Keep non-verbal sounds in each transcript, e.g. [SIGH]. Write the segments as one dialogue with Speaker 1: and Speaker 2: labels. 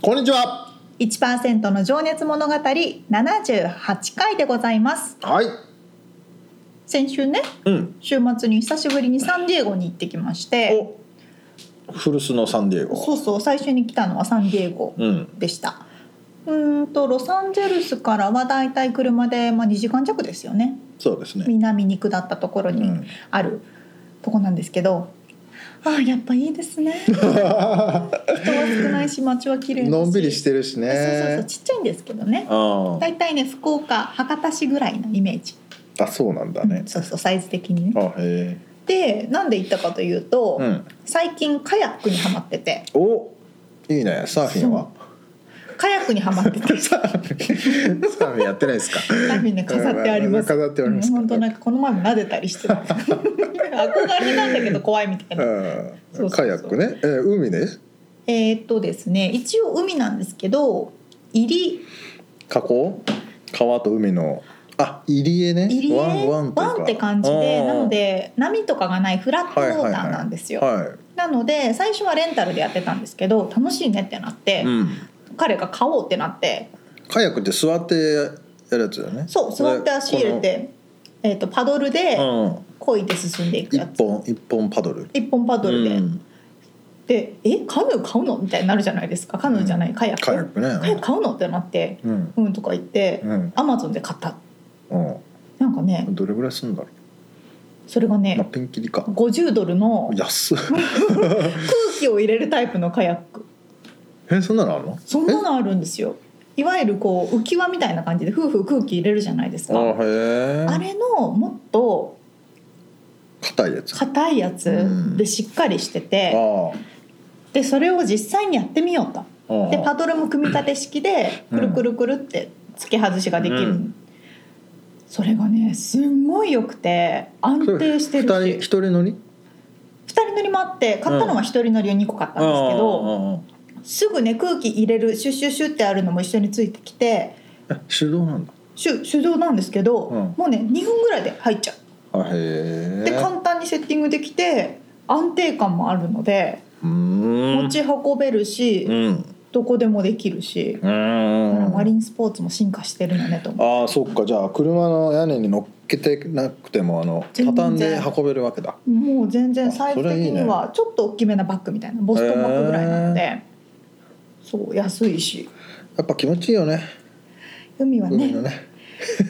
Speaker 1: こんにちは。
Speaker 2: 1%の情熱物語78回でございます
Speaker 1: はい。
Speaker 2: 先週ね
Speaker 1: うん。
Speaker 2: 週末に久しぶりにサンディエゴに行ってきまして
Speaker 1: お。古巣のサンディエゴ。
Speaker 2: そうそう最初に来たのはサンディエゴ
Speaker 1: うん。
Speaker 2: でしたうーんとロサンゼルスからはだいたい車で、まあ、2時間弱ですよね
Speaker 1: そうですね。
Speaker 2: 南に下ったところ
Speaker 1: う
Speaker 2: に
Speaker 1: ん。
Speaker 2: あるとこなんですけど、ああやっぱいいです
Speaker 1: [LAUGHS]
Speaker 2: ね人は少ないし街は綺麗だし
Speaker 1: のんびりしてるし
Speaker 2: そうそうそう
Speaker 1: ね。
Speaker 2: ちっちゃいんですけどね
Speaker 1: あ
Speaker 2: だいたいね福岡博多市ぐらいのイメージ、
Speaker 1: あ。あ、そうなんだね
Speaker 2: うん。そうそうサイズ的にね
Speaker 1: あ、へえ。
Speaker 2: でなんで行ったかというと、
Speaker 1: うん。
Speaker 2: 最近カヤックにハマってて
Speaker 1: お。いいね。サーフィンは。
Speaker 2: カヤックにハマ
Speaker 1: [LAUGHS]
Speaker 2: ってて
Speaker 1: サーフィン。サーフィンやってないですか。
Speaker 2: サーフィンね飾ってあります
Speaker 1: 飾ってありますか。。
Speaker 2: 本当なんかこの前も撫でたりしてた憧れなんだけど怖いみたいな、そううんそうそう
Speaker 1: カヤックね。えー、海ね。
Speaker 2: えーっとですね一応海なんですけど入り
Speaker 1: 河口。川と海の。あ、入り江ね。
Speaker 2: 入り江
Speaker 1: ワンワンというか
Speaker 2: 湾って感じで
Speaker 1: あー
Speaker 2: なので波とかがないフラットウ
Speaker 1: はいはい
Speaker 2: ォ
Speaker 1: は
Speaker 2: ー
Speaker 1: い
Speaker 2: ターなんですよ、
Speaker 1: は
Speaker 2: なので最初はレンタルでやってたんですけど楽しいねってなって
Speaker 1: い。、うん。
Speaker 2: 彼が買おうってなって
Speaker 1: カヤックって座ってやるやつだよね
Speaker 2: そう座って足入れて、えーっとパドル
Speaker 1: こ
Speaker 2: で
Speaker 1: の
Speaker 2: 漕いで進んでいく
Speaker 1: うん
Speaker 2: や
Speaker 1: 一
Speaker 2: つ、
Speaker 1: 本一本パドル
Speaker 2: 一本パドルで、
Speaker 1: うん
Speaker 2: で「えカヌー買うの?」みたいになるじゃないですかカヌーじゃない、カヤック
Speaker 1: カヤック
Speaker 2: カヤック
Speaker 1: ね
Speaker 2: 買うのってなって
Speaker 1: うん
Speaker 2: 「うん」とか言って
Speaker 1: うん
Speaker 2: アマゾンで買った
Speaker 1: う
Speaker 2: なんかね
Speaker 1: んどれぐらいすんだろ
Speaker 2: それが
Speaker 1: うまあ
Speaker 2: ね
Speaker 1: ペンキリか
Speaker 2: 50ドルの
Speaker 1: 安っ
Speaker 2: 空気を入れるタイプのカヤック
Speaker 1: えそんなのあるの
Speaker 2: そんなのあるんですよいわゆるこう浮き輪みたいな感じで夫婦空気入れるじゃないですか
Speaker 1: あへえ
Speaker 2: あれのもっと
Speaker 1: 硬いやつあ
Speaker 2: 硬いやつでしっかりしてて
Speaker 1: あ
Speaker 2: でそれを実際にやってみようと
Speaker 1: あ
Speaker 2: でパドルも組み立て式で
Speaker 1: う
Speaker 2: く
Speaker 1: ん
Speaker 2: るくるくるって付け外しができる、
Speaker 1: うん
Speaker 2: それがねすんごい良くて安定してるし
Speaker 1: それ二人一人乗り
Speaker 2: 2人乗りもあって買ったのは1人乗りを2個買ったんですけど、すぐね空気入れるシュッシュッシュッってあるのも一緒についてきて
Speaker 1: あああえ手動なんだ
Speaker 2: 手手動なんですけど、
Speaker 1: うん
Speaker 2: もうね2分ぐらいで入っちゃ
Speaker 1: あへ
Speaker 2: う
Speaker 1: え
Speaker 2: で簡単にセッティングできて安定感もあるので
Speaker 1: うーん
Speaker 2: 持ち運べるし、
Speaker 1: うん
Speaker 2: どこでもできるし、
Speaker 1: うん
Speaker 2: マリンスポーツも進化してるのねと思う
Speaker 1: ああそっかじゃあ車の屋根に乗っけてなくてもあの
Speaker 2: 全然
Speaker 1: 畳んで運べるわけだ
Speaker 2: もう全然
Speaker 1: あ
Speaker 2: サイズ的
Speaker 1: それい
Speaker 2: に
Speaker 1: いね
Speaker 2: はちょっと大きめなバッグみたいなボストンバッグぐらいなので、そう安いし
Speaker 1: やっぱ気持ちいいよね
Speaker 2: 海は
Speaker 1: 海
Speaker 2: ね
Speaker 1: のね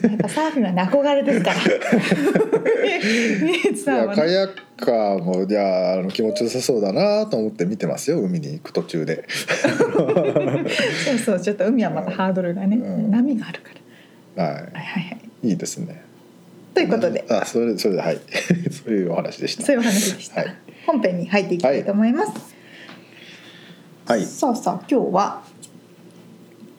Speaker 2: やっぱサーフィンはね憧れ
Speaker 1: [LAUGHS]
Speaker 2: ですから宮地
Speaker 1: い
Speaker 2: さん
Speaker 1: や
Speaker 2: は
Speaker 1: カ
Speaker 2: ね
Speaker 1: ヤッカーもいやあの気持ちよさそうだなと思って見てますよ海に行く途中で
Speaker 2: そうそうちょっと海はまたハードルがね、
Speaker 1: うん
Speaker 2: 波があるから
Speaker 1: は
Speaker 2: はいはいはい
Speaker 1: いいいですね
Speaker 2: ということで、
Speaker 1: あそれそれではい [LAUGHS] そういうお話でし
Speaker 2: そ
Speaker 1: た
Speaker 2: ういうお話でした、
Speaker 1: はい
Speaker 2: 本編に入っていきたいと思います、
Speaker 1: はい
Speaker 2: さあさあ今日は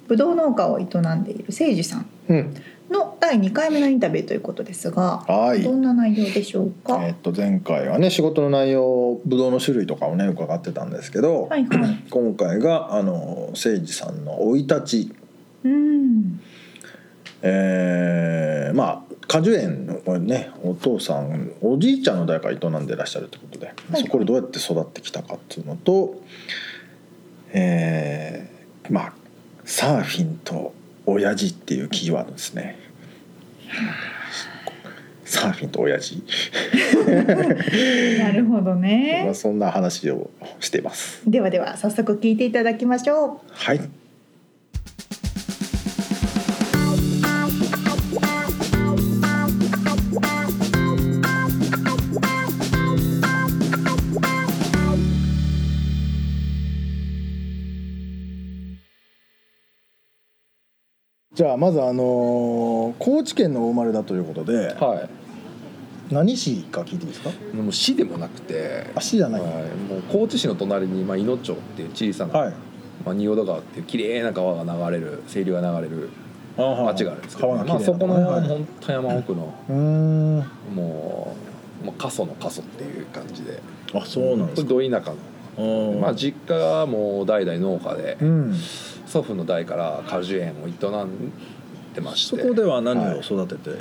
Speaker 2: ぶどう農家を営んでいる誠司さん
Speaker 1: うん
Speaker 2: の第2回目のインタビューということですが、
Speaker 1: はい
Speaker 2: どんな内容でしょう
Speaker 1: え
Speaker 2: か、
Speaker 1: ーっと前回はね仕事の内容ブドウの種類とかをね伺ってたんですけど、
Speaker 2: はいはい
Speaker 1: 今回があの誠司さんの生い立ち
Speaker 2: うん
Speaker 1: えーまあ果樹園のこれねお父さんおじいちゃんの代から営んでらっしゃるということで、
Speaker 2: はい
Speaker 1: そこでどうやって育ってきたかっていうのと、えーまあサーフィンと親父っていうキーワードですね。サーフィンと親父、
Speaker 2: なるほど
Speaker 1: ま
Speaker 2: ね
Speaker 1: あ、そんな話をしています。
Speaker 2: ではでは早速聞いていただきましょ
Speaker 1: はい。
Speaker 2: う
Speaker 1: じゃあまずあのー高知県の大丸だということで
Speaker 3: は
Speaker 1: 何市か聞いていいですか
Speaker 3: い、もう市でもなくて、
Speaker 1: あ市じゃな
Speaker 3: は
Speaker 1: い
Speaker 3: い、もう高知市の隣に、まあ、伊野町っていう小さな、
Speaker 1: はい
Speaker 3: まあ、仁淀川っていう綺麗な川が流れる清流が流れる町があるんですけど、
Speaker 1: 川が
Speaker 3: まあ、
Speaker 1: 綺麗
Speaker 3: そこの、
Speaker 1: はいはい
Speaker 3: 本当山奥の、
Speaker 1: うーんあ
Speaker 3: もう、まあ、過疎の過疎っていう感じで
Speaker 1: そうなんですか
Speaker 3: これど田舎の、まあ、実家がもう代々農家で、
Speaker 1: うん
Speaker 3: 祖父の代から果樹園を営んでまして
Speaker 4: そこでは何
Speaker 1: はい
Speaker 4: を育てて、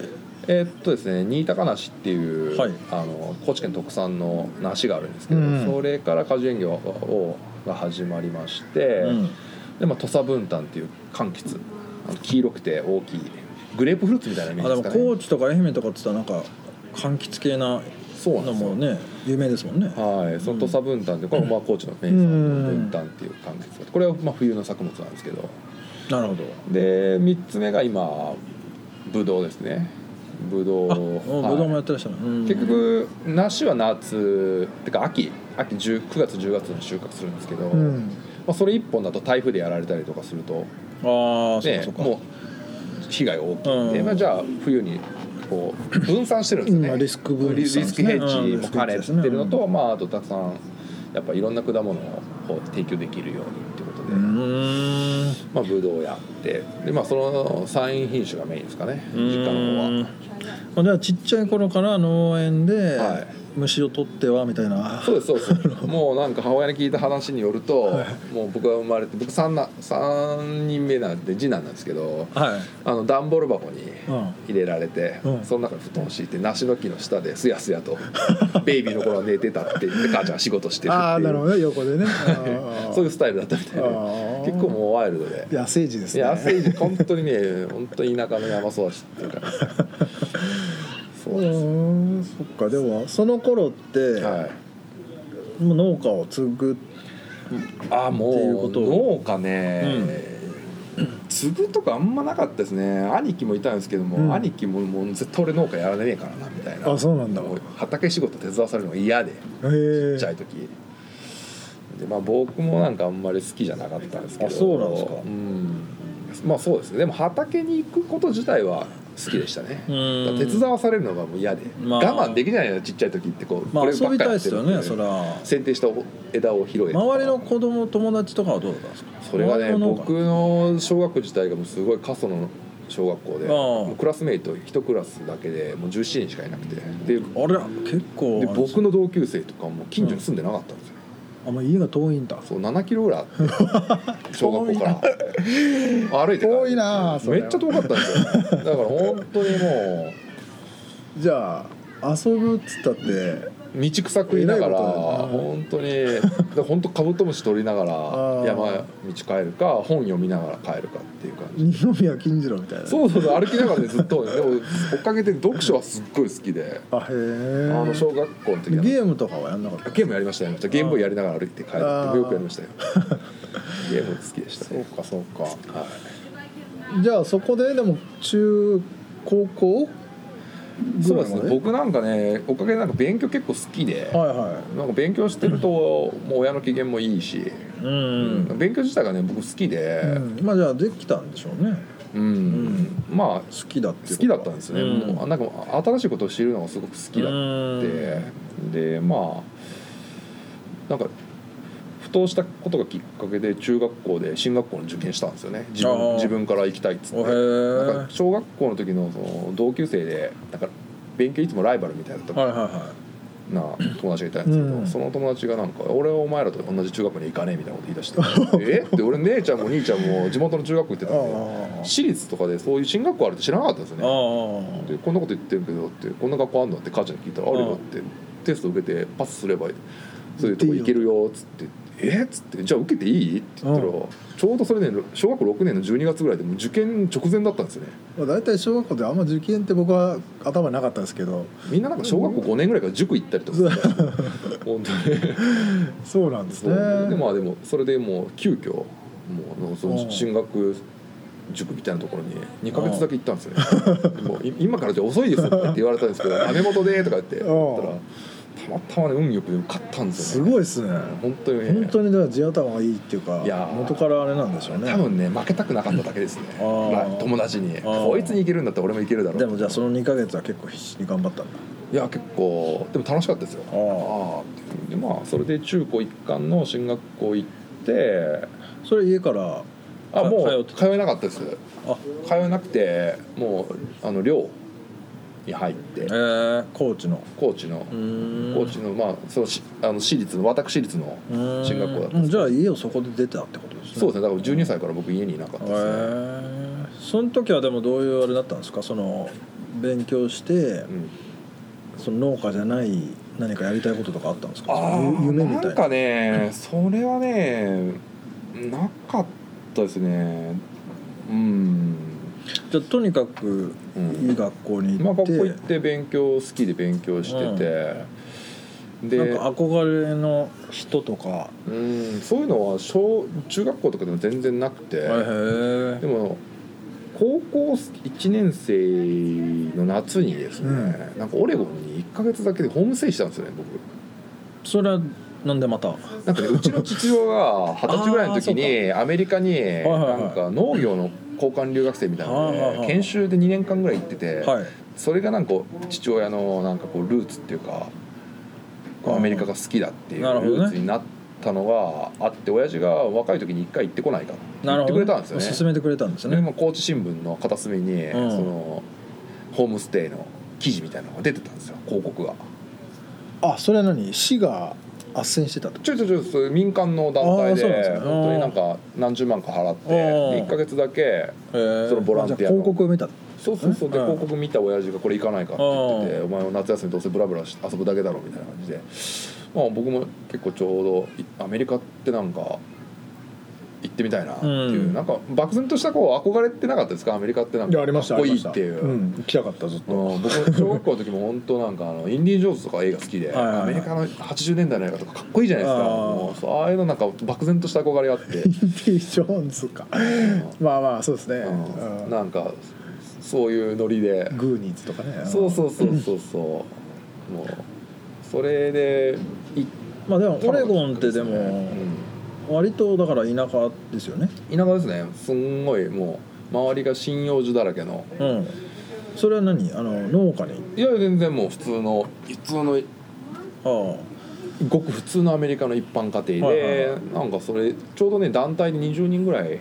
Speaker 3: えーっとですね新高梨っていう、
Speaker 4: はい
Speaker 3: あの高知県特産の梨があるんですけど、
Speaker 1: うん
Speaker 3: それから果樹園業をが始まりまして、
Speaker 4: うん
Speaker 3: でまあ土佐分担っていう柑橘あの黄色くて大きいグレープフルーツみたいなイメー
Speaker 4: あ
Speaker 3: ジ
Speaker 4: で
Speaker 3: です
Speaker 4: も
Speaker 3: かね
Speaker 4: 高知とか愛媛とかって言ったらなんか柑橘系な
Speaker 3: そうなん
Speaker 4: の
Speaker 3: ですよ
Speaker 4: もね有名ですもんね
Speaker 3: はい、その土佐分担ってこれもまあ高知の名産の分担っていう柑橘これはまあ冬の作物なんですけど
Speaker 4: なるほど
Speaker 3: で3つ目が今ブドウですねブドウ
Speaker 4: あもう
Speaker 3: はい
Speaker 4: ぶどうもやってらっしゃる、うん
Speaker 3: 結局梨は夏てか秋秋10 9月10月に収穫するんですけど、
Speaker 1: うん
Speaker 3: まあ、それ一本だと台風でやられたりとかすると、
Speaker 4: ああそう
Speaker 3: ね
Speaker 4: かそう、か
Speaker 3: もう被害が大きいんで、
Speaker 4: うん
Speaker 3: まあ、じゃあ冬にこう分散してるんですよね、
Speaker 1: うんリスク分散
Speaker 3: リ
Speaker 1: ですね
Speaker 3: リスクヘッジも兼ねてるのと、
Speaker 4: う
Speaker 3: まあ、あとたくさんやっぱいろんな果物をこう提供できるようにってことで、
Speaker 4: うーん
Speaker 3: まあ、ブドウやってで、まあ、その山陰品種がメインですかね実家の方は。
Speaker 4: まあじゃあちっちゃい頃から農園で
Speaker 3: はい
Speaker 4: 虫を取ってはみたいな、
Speaker 3: そうですそうですもうなんか母親に聞いた話によると、もう僕が生まれて僕 3, な3人目なんで次男なんですけど
Speaker 4: はい
Speaker 3: あの段ボール箱に
Speaker 4: うん
Speaker 3: 入れられて、
Speaker 4: うん
Speaker 3: その中に布団を敷いて梨の木の下ですやすやとベイビーの頃は寝てたって言って母ちゃんは仕事してる
Speaker 1: あ
Speaker 3: っ
Speaker 1: あ
Speaker 3: てい
Speaker 1: な
Speaker 3: う
Speaker 1: るほどね横
Speaker 4: [LAUGHS]
Speaker 1: でねあー
Speaker 3: そういうスタイルだったみたいで
Speaker 1: あー
Speaker 3: 結構もうワイルドで。
Speaker 1: 野生児です
Speaker 3: い
Speaker 1: ね
Speaker 3: や安い本当にね本当に田舎の山育ちっていうか、そう
Speaker 1: う
Speaker 3: です
Speaker 1: ーんそっかでもその頃って、
Speaker 3: はい
Speaker 1: もう農家を継ぐ
Speaker 3: あも
Speaker 4: っていう
Speaker 3: う
Speaker 4: こと
Speaker 3: 農家ね、継ぐとかあんまなかったですね兄貴もいたんですけども、
Speaker 1: うん
Speaker 3: 兄貴ももう絶対俺農家やらねえからなみたいな
Speaker 1: あそうなんだ
Speaker 3: もう畑仕事手伝わされるのが嫌
Speaker 1: へ
Speaker 3: でち
Speaker 1: え
Speaker 3: っちゃい時でまあ僕もなんかあんまり好きじゃなかったんですけど
Speaker 1: あそうなんですか
Speaker 3: うんまあそうですねでも畑に行くこと自体は好きでしたね
Speaker 4: うん
Speaker 3: だから手伝わされるのがもう嫌で、
Speaker 4: まあ
Speaker 3: 我慢できないのちっちゃい時ってこう、
Speaker 4: まあ
Speaker 3: これば
Speaker 4: 遊
Speaker 3: っ
Speaker 4: び
Speaker 3: か
Speaker 4: たい
Speaker 3: や
Speaker 4: で
Speaker 3: って
Speaker 4: す
Speaker 3: る
Speaker 4: よ
Speaker 3: んで
Speaker 4: ねそら
Speaker 3: 剪定した枝を拾えとか
Speaker 4: 周りの子供友達とかはどうだったんですか
Speaker 3: それがね
Speaker 4: 周りの農家
Speaker 3: 僕の小学校自体がもうすごい過疎の小学校で
Speaker 4: ああ
Speaker 3: もうクラスメイト1クラスだけでもう17人しかいなくてでで
Speaker 4: あれ結構あれです
Speaker 3: 僕の同級生とかも近所に住んでなかったんですよ、
Speaker 4: あんま家が遠いんだ
Speaker 3: そう7キロぐらいあって小学校から歩いて
Speaker 1: 遠い
Speaker 3: ら
Speaker 1: なあそ
Speaker 3: め
Speaker 1: れ
Speaker 3: っちゃ遠かったんですよだから本当にも
Speaker 1: じゃあ遊ぶっつったって
Speaker 3: う道草食いながら
Speaker 1: えらいことだな
Speaker 3: 本当にで本当カブトムシ取りながら
Speaker 1: ああ
Speaker 3: 山道帰るか本読みながら帰るかっていう感じ
Speaker 1: 二宮金次郎みたいな
Speaker 3: [LAUGHS] そうそうそう歩きながらねずっとでもおかげで読書はすっごい好きで
Speaker 1: あへ
Speaker 3: あ
Speaker 1: え
Speaker 3: の小学校の時は
Speaker 1: ゲームとかはやんなかった
Speaker 3: ゲームやりましたねゲームボーイやりながら歩いて帰るって
Speaker 1: あー
Speaker 3: よくやりましたよゲーム好きでしたね
Speaker 1: かそうか
Speaker 3: はい
Speaker 1: じゃあそこででも中高校
Speaker 3: そ
Speaker 1: ぐら
Speaker 3: うで
Speaker 1: い
Speaker 3: す
Speaker 1: ま
Speaker 3: ね僕なんかねおかげでなんか勉強結構好きで
Speaker 1: はいは
Speaker 3: なんか勉強してるともう親の機嫌もいいし、
Speaker 4: う
Speaker 3: うん
Speaker 4: ん、
Speaker 3: 勉強自体がね僕好きで
Speaker 4: うん、まあじゃあできたんでしょうね
Speaker 3: うん、まあ
Speaker 4: 好きだっていう
Speaker 3: 好きだったんですね、
Speaker 4: うん
Speaker 3: もうなんか新しいことを知るのがすごく好きだってでまあなんかふとしたことがきっかけで中学校で進学校の受験したんですよね自
Speaker 4: あー
Speaker 3: 分自分から行きたいっつっ
Speaker 4: おへ
Speaker 3: てなんか
Speaker 4: ー
Speaker 3: 小学校の時のその同級生でなんか勉強いつもライバルみたいなと
Speaker 4: はいはいは
Speaker 3: な友達がいたんですけど、
Speaker 1: うん
Speaker 3: その友達がなんか「俺はお前らと同じ中学校に行かねえ」みたいなこと言い出して
Speaker 4: [LAUGHS]
Speaker 3: 「えっ?」て俺姉ちゃんも兄ちゃんも地元の中学校行ってたん
Speaker 1: あ
Speaker 3: で
Speaker 1: あ
Speaker 3: 私立とかでそういう進学校あるって知らなかったんですよ
Speaker 4: い
Speaker 3: ね。
Speaker 4: あ
Speaker 3: でこんなこと言ってるけどってこんな学校あんだって母ちゃんに聞いたら「あるよ」ってテスト受けてパスすればそういうとこ行けるよっつって「えっ?」つって「じゃあ受けていい?」って言ったら
Speaker 1: う
Speaker 3: ちょうどそれね小学校6年の12月ぐらいでもう受験直前だったんですよね
Speaker 1: いだいたい小学校であんま受験って僕は頭になかったんですけど
Speaker 3: みんななんか小学校5年ぐらいから塾行ったりとかして本当に
Speaker 1: そうなんです
Speaker 3: そう
Speaker 1: ね
Speaker 3: でまあでもそれでもう急遽もうそ
Speaker 1: うん
Speaker 3: の進学塾みたいなところに2ヶ月だけ行ったん
Speaker 1: [LAUGHS]
Speaker 3: ですよね「もうい今からじゃ遅いですよ」って言われたんですけど「ダメ元で」とか言って言ったらたまたまね運よく受かったんです
Speaker 1: す
Speaker 3: よね
Speaker 1: ごいですね
Speaker 3: 本当にね
Speaker 1: 本当にだから地頭がいいっていうか
Speaker 3: いやー
Speaker 1: 元からあれなんでしょうね
Speaker 3: 多分ね負けたくなかっただけですね
Speaker 1: あー
Speaker 3: まあ友達に
Speaker 1: ー
Speaker 3: こいつにいけるんだったら俺もいけるだろう
Speaker 1: でもじゃあその2か月は結構必死に頑張ったんだ
Speaker 3: いや結構でも楽しかったですよ
Speaker 1: あ
Speaker 3: ああでまあそれで中高一貫の進学校行って
Speaker 1: それ家から
Speaker 3: あ
Speaker 1: か
Speaker 3: も
Speaker 1: 通っ
Speaker 3: う
Speaker 1: て
Speaker 3: 通えなかったです
Speaker 1: あ
Speaker 3: 通えなくてもうあの寮に入って
Speaker 1: えー、高知の
Speaker 3: 高知の
Speaker 1: 高
Speaker 3: 高知のまあそのしあの私立の私立の進学校だったんです
Speaker 1: じゃあ家をそこで出たってことですね
Speaker 3: そうですねだから12歳から僕家にいなかった
Speaker 1: へ
Speaker 3: ですね、
Speaker 1: ーその時はでもどういうあれだったんですかその勉強して
Speaker 3: うん、
Speaker 1: その農家じゃない何かやりたいこととかあったんですか
Speaker 3: あ
Speaker 1: その
Speaker 3: ー
Speaker 1: 夢みた
Speaker 3: ないん
Speaker 1: な
Speaker 3: かねそれはねなかったですねうん、
Speaker 1: じゃあとにかく
Speaker 3: うん
Speaker 1: いい学校に
Speaker 3: ま
Speaker 1: 行
Speaker 3: あ、
Speaker 1: って、
Speaker 3: 学校行って勉強好きで勉強してて、で
Speaker 1: なんか憧れの人とか
Speaker 3: うんそういうのは小中学校とかでも全然なくて、
Speaker 1: へ
Speaker 3: でも高校1年生の夏にですね、なんかオレゴンに1か月だけでホームステイしたんですよね僕
Speaker 1: それはなんでまた
Speaker 3: なんかねうちの父親が二十歳ぐらいの時
Speaker 1: あ
Speaker 3: にアメリカに
Speaker 1: いはいはい
Speaker 3: なんか農業の交換留学生みたいなの
Speaker 1: はいはいは
Speaker 3: で
Speaker 1: い
Speaker 3: 研修で2年間ぐらい行ってて、
Speaker 1: はい
Speaker 3: それがなんか父親のなんかこうルーツっていうかこうアメリカが好きだっていうル
Speaker 1: なるほどね
Speaker 3: ーツになったのがあって親父が若い時に一回行ってこないかって
Speaker 1: な
Speaker 3: 言
Speaker 1: る
Speaker 3: っ
Speaker 1: ほど
Speaker 3: てくれたんですよね。
Speaker 1: 勧めてくれたんです
Speaker 3: で
Speaker 1: ね
Speaker 3: まあ高知新聞の片隅に、
Speaker 1: うん
Speaker 3: そのホームステイの記事みたいなのが出てたんですよ広告が。
Speaker 1: あそれは何市が斡旋してたと
Speaker 3: ちょいちょいちょいそういう民間の団体
Speaker 1: あーそうなんで
Speaker 3: です
Speaker 1: ね
Speaker 3: 本当になんか何十万か払って
Speaker 1: あー
Speaker 3: 1か月だけそ
Speaker 1: そ
Speaker 3: のボランティアの
Speaker 1: 広告を見た
Speaker 3: そうそうそうで
Speaker 1: うん
Speaker 3: 広告見た親父が「これ行かないか」って言ってて
Speaker 1: う
Speaker 3: 「お前は夏休みどうせブラブラして遊ぶだけだろ」みたいな感じで、まあ、僕も結構ちょうどいアメリカってなんか行ってみたいなっていう、
Speaker 1: うん
Speaker 3: なんか漠然としたこう憧れってなかったですかアメリカってなん
Speaker 5: い
Speaker 3: か
Speaker 5: やありました
Speaker 3: かっこいいっていう。
Speaker 5: うん、行きたかったずっ
Speaker 3: う
Speaker 1: [LAUGHS]
Speaker 5: と、
Speaker 3: ん、僕小学校の時も本当なんかあのインディ・ージョーンズとか映画好きで
Speaker 1: はいはいはい
Speaker 3: アメリカの80年代の映画とかかっこいいじゃないですか
Speaker 1: あー
Speaker 3: もうそうああいうのなんか漠然とした憧れがあっ
Speaker 1: [LAUGHS]
Speaker 3: て
Speaker 6: インディ・ジョーンズかまあまあそうですね、
Speaker 3: うん
Speaker 6: うん
Speaker 3: なんかそういうノリで
Speaker 6: グーニーズとかね
Speaker 3: そうそうそうそうそうもうそれでい
Speaker 1: まあでもオレゴンってで
Speaker 3: う
Speaker 1: も
Speaker 3: ん
Speaker 1: 割とだから田舎ですよね
Speaker 3: 田舎ですねすんごいもう周りが針葉樹だらけの
Speaker 1: うんそれは何あの農家に
Speaker 3: いや全然もう普通の普通の
Speaker 1: あ
Speaker 3: ごく普通のアメリカの一般家庭で、
Speaker 1: はいはいはい
Speaker 3: なんかそれちょうどね団体で20人ぐらい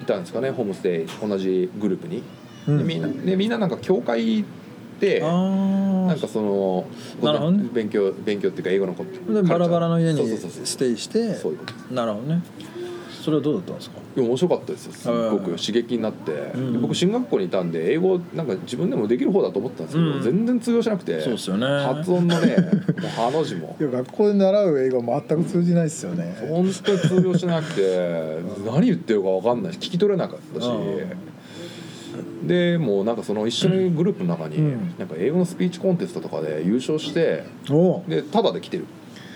Speaker 3: いたんですかねホームステイ同じグループに、
Speaker 1: うん
Speaker 3: でみんなでみんななんか教会で
Speaker 1: ああ
Speaker 3: なんかその
Speaker 1: なるほどね
Speaker 3: 勉強勉強っていうか英語のこと
Speaker 1: でバラバラの家
Speaker 3: そう
Speaker 1: に
Speaker 3: そうそうそう
Speaker 1: ステイして
Speaker 3: そういうことです
Speaker 1: なるほどねそれはどうだったんですか
Speaker 3: でも面白かったですよすっご
Speaker 1: う
Speaker 3: く
Speaker 1: ん
Speaker 3: 刺激になって、
Speaker 1: ん
Speaker 3: で僕進学校にいたんで英語なんか自分でもできる方だと思ってたんですけど、
Speaker 1: うん
Speaker 3: 全然通用しなくて
Speaker 1: そうですよね
Speaker 3: 発音のねもうハの字も
Speaker 6: いや学校で習う英語全く通じないですよね
Speaker 3: 本当に通用しなくて何言ってるか分かんないし聞き取れなかったしでもうなんかその一緒にグループの中になんか英語のスピーチコンテストとかで優勝して
Speaker 1: お
Speaker 3: でタダで来てる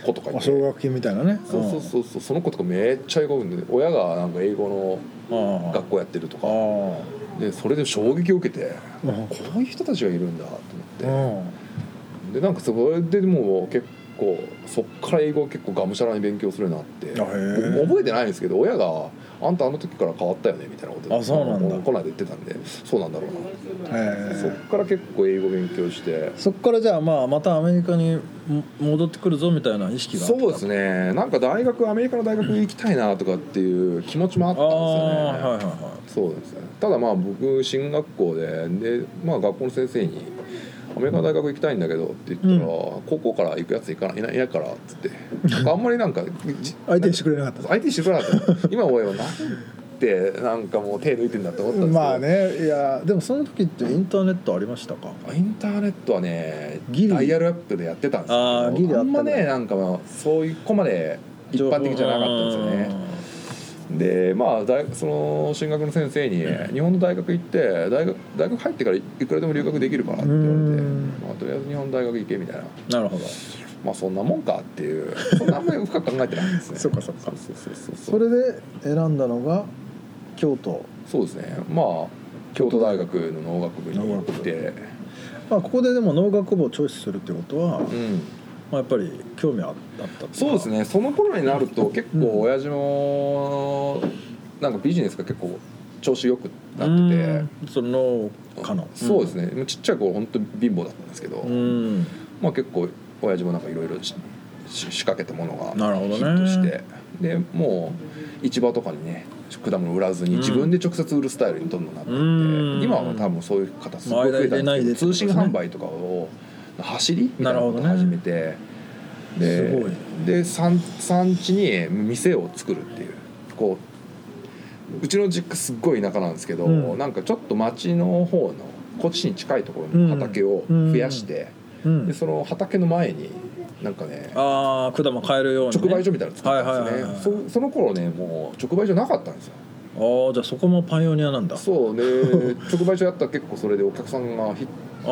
Speaker 3: 子とかい
Speaker 6: まあ
Speaker 3: て
Speaker 6: 奨学金みたいなね
Speaker 3: そうそうそうそうその子とかめっちゃ英語うんで親がなんか英語の
Speaker 1: あ
Speaker 3: 学校やってると
Speaker 1: あ
Speaker 3: か
Speaker 1: あ
Speaker 3: でそれで衝撃を受けて
Speaker 6: うん
Speaker 3: こういう人たちがいるんだと
Speaker 6: う
Speaker 3: 思っ
Speaker 6: ん
Speaker 3: てでなんかそれでもう結構そっから英語を結構がむしゃらに勉強するようにな
Speaker 6: あ
Speaker 3: っ
Speaker 6: へ
Speaker 3: て
Speaker 6: ー
Speaker 3: 僕覚えてないんですけど親が「あんたあの時から変わったよね」みたいなこと
Speaker 1: あそうなんだ
Speaker 3: この間言ってたんでそうなんだろうな
Speaker 6: え
Speaker 3: そっ
Speaker 6: え
Speaker 3: から結構英語勉強して
Speaker 1: [LAUGHS] そっからじゃあまあまたアメリカにも戻ってくるぞみたいな意識があった
Speaker 3: そうですねなんか大学アメリカの大学行きたいなとかっていう気持ちもあっ
Speaker 1: あ
Speaker 3: た
Speaker 1: あはい
Speaker 3: んですよね
Speaker 1: はいは
Speaker 3: そうですねただまあ僕進学校でで、まあ、学校の先生に「アメリカの大学行きたいんだけど」って言ったら
Speaker 1: う
Speaker 3: 「
Speaker 1: ん
Speaker 3: 高校から行くやついかないいないいないから」っつってなんかあんまりなんかじ
Speaker 6: 相手にしてくれなかった
Speaker 3: 相手にしてくれなかった今思えばなんてなんかもう手抜いてんだと思ったんですけど、
Speaker 6: まあねいや
Speaker 1: いでもその時ってインターネットありましたか
Speaker 3: インターネットはね
Speaker 1: ギリ
Speaker 3: ダイヤルアップでやってたんですけど
Speaker 1: あーギリあったね
Speaker 3: あんまねなんかまあそういう子まで一般的じゃなかったんですよねでまあ大その進学の先生に「日本の大学行って大学大学入ってからいくらでも留学できるから」って言われて
Speaker 6: うん
Speaker 3: まあ、とりあえず日本大学行け」みたいな
Speaker 1: なるほど
Speaker 3: まあそんなもんかっていうそんなあんまり深く考えてないんです
Speaker 6: [LAUGHS]
Speaker 3: ね
Speaker 6: そっかそっか
Speaker 3: そうそうそうそ
Speaker 1: そうれで選んだのが京都
Speaker 3: そうですねまあ京都大学の農学部に行って
Speaker 1: まあここででも農学部をチョイスするってことは
Speaker 3: うん
Speaker 4: まあ、やっぱり興味はあったってい
Speaker 3: そうです
Speaker 4: ね
Speaker 3: ねその頃になると結構親父もなんかビジネスが結構調子よくなってて、
Speaker 4: その農家の
Speaker 3: そうですね、もうちっちゃい頃本当貧乏だったんですけど、
Speaker 4: うん
Speaker 3: まあ、結構親父もなんかいろいろしし仕掛けたものが
Speaker 4: なるほどね
Speaker 3: ヒットして、でもう市場とかにね果物売らずに自分で直接売るスタイルにどんどんなっていって、
Speaker 4: うん
Speaker 3: 今はもう多分そういう方すごい増えた
Speaker 4: 間入れなんいで
Speaker 3: で
Speaker 4: っ
Speaker 3: す
Speaker 4: てこと
Speaker 3: けど
Speaker 4: です
Speaker 3: 通信
Speaker 4: ね
Speaker 3: 販売とかを走りみたいなことを
Speaker 4: なるほど
Speaker 3: 始
Speaker 4: ね
Speaker 3: めて、
Speaker 4: すごいね
Speaker 3: でで産産地に店を作るっていうこううちの実家すっごい田舎なんですけど、
Speaker 4: うん
Speaker 3: なんかちょっと町の方のこっちに近いところの畑を増やして、
Speaker 4: うん
Speaker 3: でその畑の前になんかね
Speaker 4: ああ果物買えるように、ね、
Speaker 3: 直売所みたいなの作ったんですね、
Speaker 4: はいはいはいはい
Speaker 3: そその頃ねもう直売所なかったんですよ
Speaker 4: ああじゃあそこもパイオニアなんだ
Speaker 3: そうね [LAUGHS] 直売所やったら結構それでお客さんがヒッ
Speaker 4: あ
Speaker 3: ト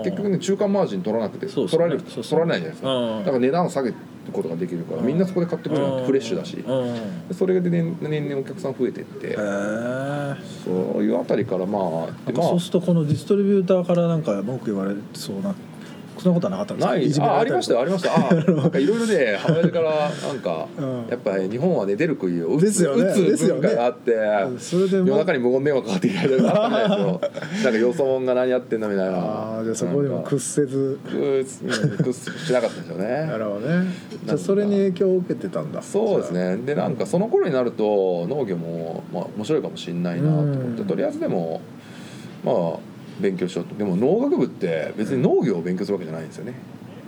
Speaker 4: ー
Speaker 3: で結局ね中間マージン取らなくて、
Speaker 4: そうですね
Speaker 3: 取られる
Speaker 4: そうですね
Speaker 3: 取られないじゃないですか
Speaker 4: うん
Speaker 3: だから値段を下げることができるからみんなそこで買ってくるなんてフレッシュだし
Speaker 4: うんへ
Speaker 3: でそれで年年々お客さん増えてって
Speaker 4: えなん
Speaker 3: そういうあたりからまあで
Speaker 4: か
Speaker 3: まあ
Speaker 4: そうするとこのディストリビューターからなんか
Speaker 7: 文句言われそうなそんなことはなかったんですか
Speaker 3: ない
Speaker 7: じめら
Speaker 3: ああ
Speaker 7: れ
Speaker 3: り
Speaker 7: り
Speaker 3: ましたよありまし
Speaker 7: [LAUGHS]
Speaker 3: たあなんかいろいろね母親からなんか、
Speaker 7: うん
Speaker 3: やっぱり日本はね出る杭を打
Speaker 7: です
Speaker 3: つ,、
Speaker 7: よね
Speaker 3: 打
Speaker 7: で
Speaker 3: つ
Speaker 7: すよ
Speaker 3: 文
Speaker 7: ね
Speaker 3: 化があって、
Speaker 7: それで
Speaker 3: 夜
Speaker 7: も
Speaker 3: 中に無言電話かかってきたり
Speaker 7: [LAUGHS]
Speaker 3: とかあったじゃないですよなんかよそもんが何やってんだみたいな
Speaker 7: ああじゃあそこでも屈せず
Speaker 3: なんかうん屈しなかったんでしょ
Speaker 7: [LAUGHS]
Speaker 3: う
Speaker 7: な
Speaker 3: ね
Speaker 7: るほどねじゃあそれに影響を受けてたんだ
Speaker 3: そうですねでなんかその頃になると農業も、まあ、面白いかもしれないなと思って、
Speaker 7: うん
Speaker 3: とりあえずでもまあ勉強しようとでも農学部って別に農業を勉強するわけじゃないんですよね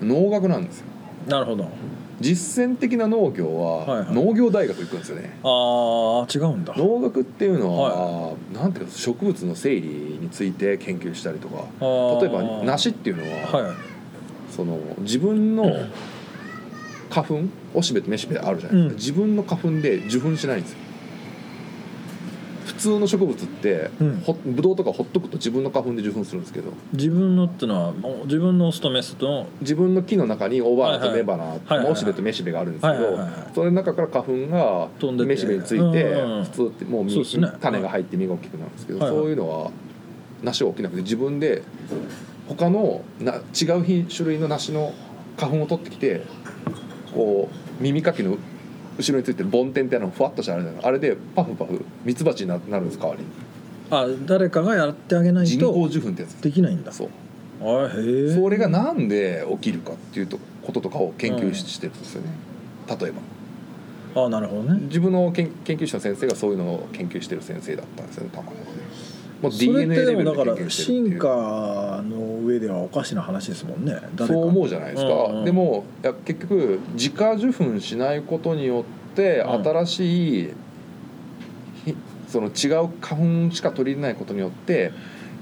Speaker 3: 農学なんですよ
Speaker 4: なるほど
Speaker 3: 実践的な農業
Speaker 4: はい
Speaker 3: は
Speaker 4: はい
Speaker 3: 農業大学行くんですよね、
Speaker 4: ああ違うんだ
Speaker 3: 農学っていうのは、なんていうか植物の整理について研究したりとか
Speaker 4: あー
Speaker 3: 例えば梨っていうのは、
Speaker 4: はい
Speaker 3: その自分の花粉おしべとめしべあるじゃないですか、
Speaker 4: うん
Speaker 3: 自分の花粉で受粉しないんですよ普通の植物って、
Speaker 4: うん
Speaker 3: ほブドウとかほっとくと自分の花粉で受粉するんですけど
Speaker 4: 自分のってのはお自分のオスとメスと
Speaker 3: 自分の木の中に雄花
Speaker 4: はい
Speaker 3: と
Speaker 4: はい
Speaker 3: 雌花
Speaker 4: はいはいはい
Speaker 3: おしべとめしべがあるんですけ
Speaker 4: はい
Speaker 3: ど
Speaker 4: はいはい
Speaker 3: それの中から花粉が
Speaker 4: 飛んでって
Speaker 3: めしべについ
Speaker 4: う
Speaker 3: て
Speaker 4: んうんうん
Speaker 3: 普通ってもう実
Speaker 4: そうですね
Speaker 3: 種が入って実が大きくなるんですけど
Speaker 4: はいはい
Speaker 3: そういうのは梨は起きなくて自分で他のな違う品種類の梨の花粉を取ってきてこう耳かきの後ろについてる梵天ってあのふわっとしたあれだよあれでパフパフミツバチにななるんです代わりに
Speaker 4: あ誰かがやってあげない
Speaker 3: 人工
Speaker 4: と
Speaker 3: 受粉ってやつ
Speaker 4: できないんだ
Speaker 3: そう
Speaker 4: あーへえ
Speaker 3: それがなんで起きるかっていうとこととかを研究ししてるんですよね、例えば
Speaker 4: ああなるほどね
Speaker 3: 自分の研研究者の先生がそういうのを研究してる先生だったんですよねたまにもう
Speaker 4: それっ
Speaker 3: DNA
Speaker 4: て
Speaker 3: レ
Speaker 4: で
Speaker 3: ベ
Speaker 4: も
Speaker 3: ルで
Speaker 4: だ
Speaker 3: 研
Speaker 4: か
Speaker 3: 究
Speaker 4: ら
Speaker 3: してるってい
Speaker 7: 進
Speaker 3: う
Speaker 7: 化の上ではおかしな話ですもんね誰か
Speaker 3: そう思うじ
Speaker 7: ゃ
Speaker 3: ゃないです
Speaker 4: う
Speaker 3: か、
Speaker 4: んうん
Speaker 3: でもいや結局自家受粉しないことによって
Speaker 4: うん
Speaker 3: 新しい、ひその違う花粉しか取り入れないことによって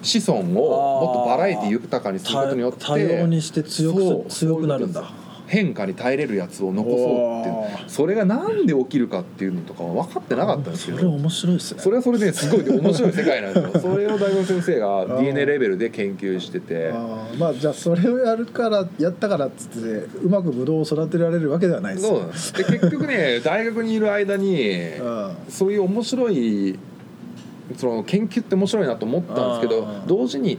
Speaker 3: 子孫をもっとバラエティ豊かにすることによって
Speaker 4: 多様にして強
Speaker 3: そう
Speaker 4: くす強くなるんだ
Speaker 3: そういう変化に耐えれるやつを残そうっていうそれがなんで起きるかっていうのとかは分かってなかったんですけ
Speaker 4: それ
Speaker 3: ど
Speaker 4: 面白いですね
Speaker 3: それはそれですごい面白い世界なんですよそれを大学の先生
Speaker 7: あ
Speaker 3: が
Speaker 7: ー
Speaker 3: DNA レベルで研究してて
Speaker 7: あーまあじゃあそれをやるからやったからっつってうまくブドウを育てられるわけではないです
Speaker 3: そうなんですで結局ね大学にいる間に
Speaker 7: うん
Speaker 3: そういう面白いその研究って面白いなと思ったんですけ
Speaker 4: あ
Speaker 3: ど
Speaker 4: ー
Speaker 3: 同時に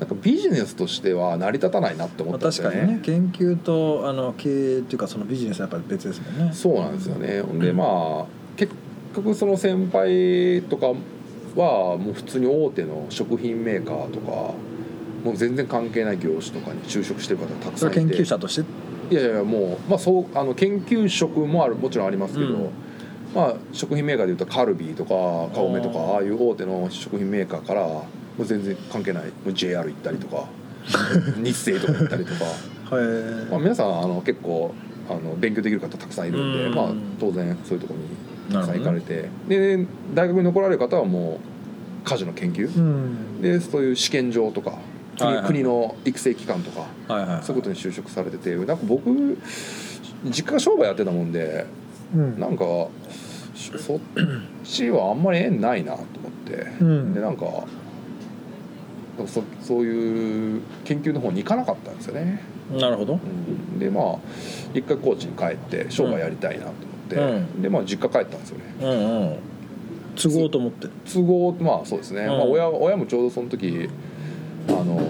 Speaker 3: なんかビジネスとしては成り立たないなって思
Speaker 4: まあ
Speaker 3: ったんです
Speaker 4: 確
Speaker 3: よ
Speaker 4: か
Speaker 3: ね。
Speaker 4: にね研究とあの経営っていうかそのビジネスはやっぱり別ですもんね
Speaker 3: そうなんですよね、ほん、でまあ結局その先輩とかはもう普通に大手の食品メーカーとかもう全然関係ない業種とかに就職してる方たく
Speaker 4: そ
Speaker 3: さん
Speaker 4: れ
Speaker 3: い
Speaker 4: は
Speaker 3: て
Speaker 4: 研究者として
Speaker 3: いやいやいやもう,、まあ、そうあの研究職もあるもちろんありますけど、
Speaker 4: うん
Speaker 3: まあ、食品メーカーでいうとカルビーとかカオメとか
Speaker 4: あー
Speaker 3: ああいう大手の食品メーカーからもう全然関係ないもう JR 行ったりと
Speaker 4: [LAUGHS]
Speaker 3: か日清とか行ったりとか。
Speaker 4: はい
Speaker 3: まあ、皆さんあの結構あの勉強できる方たくさんいるんで、
Speaker 4: うん
Speaker 3: まあ、当然そういうところにたくさん行かれて、で大学に残られる方はもう家事の研究、
Speaker 7: うん
Speaker 3: でそういう試験場とか国,、
Speaker 4: はいはい
Speaker 3: 国の育成機関とか
Speaker 4: はいはいはい
Speaker 3: そういうことに就職されててなんか僕実家が商売やってたもんで
Speaker 7: うん
Speaker 3: なんかそっちはあんまり縁ないなと思って、
Speaker 7: うん
Speaker 3: でなんかなんかそそういう研究の方に行かなかったんですよね。
Speaker 4: なるほど
Speaker 3: うんでまあ一回高知に帰って商売やりたいなと思って、
Speaker 4: う
Speaker 3: でまあ実家帰ったんですよね
Speaker 4: うんうん都合と思って
Speaker 3: 都合まあそうですね、
Speaker 4: うん
Speaker 3: まあ、親親もちょうどその時あのー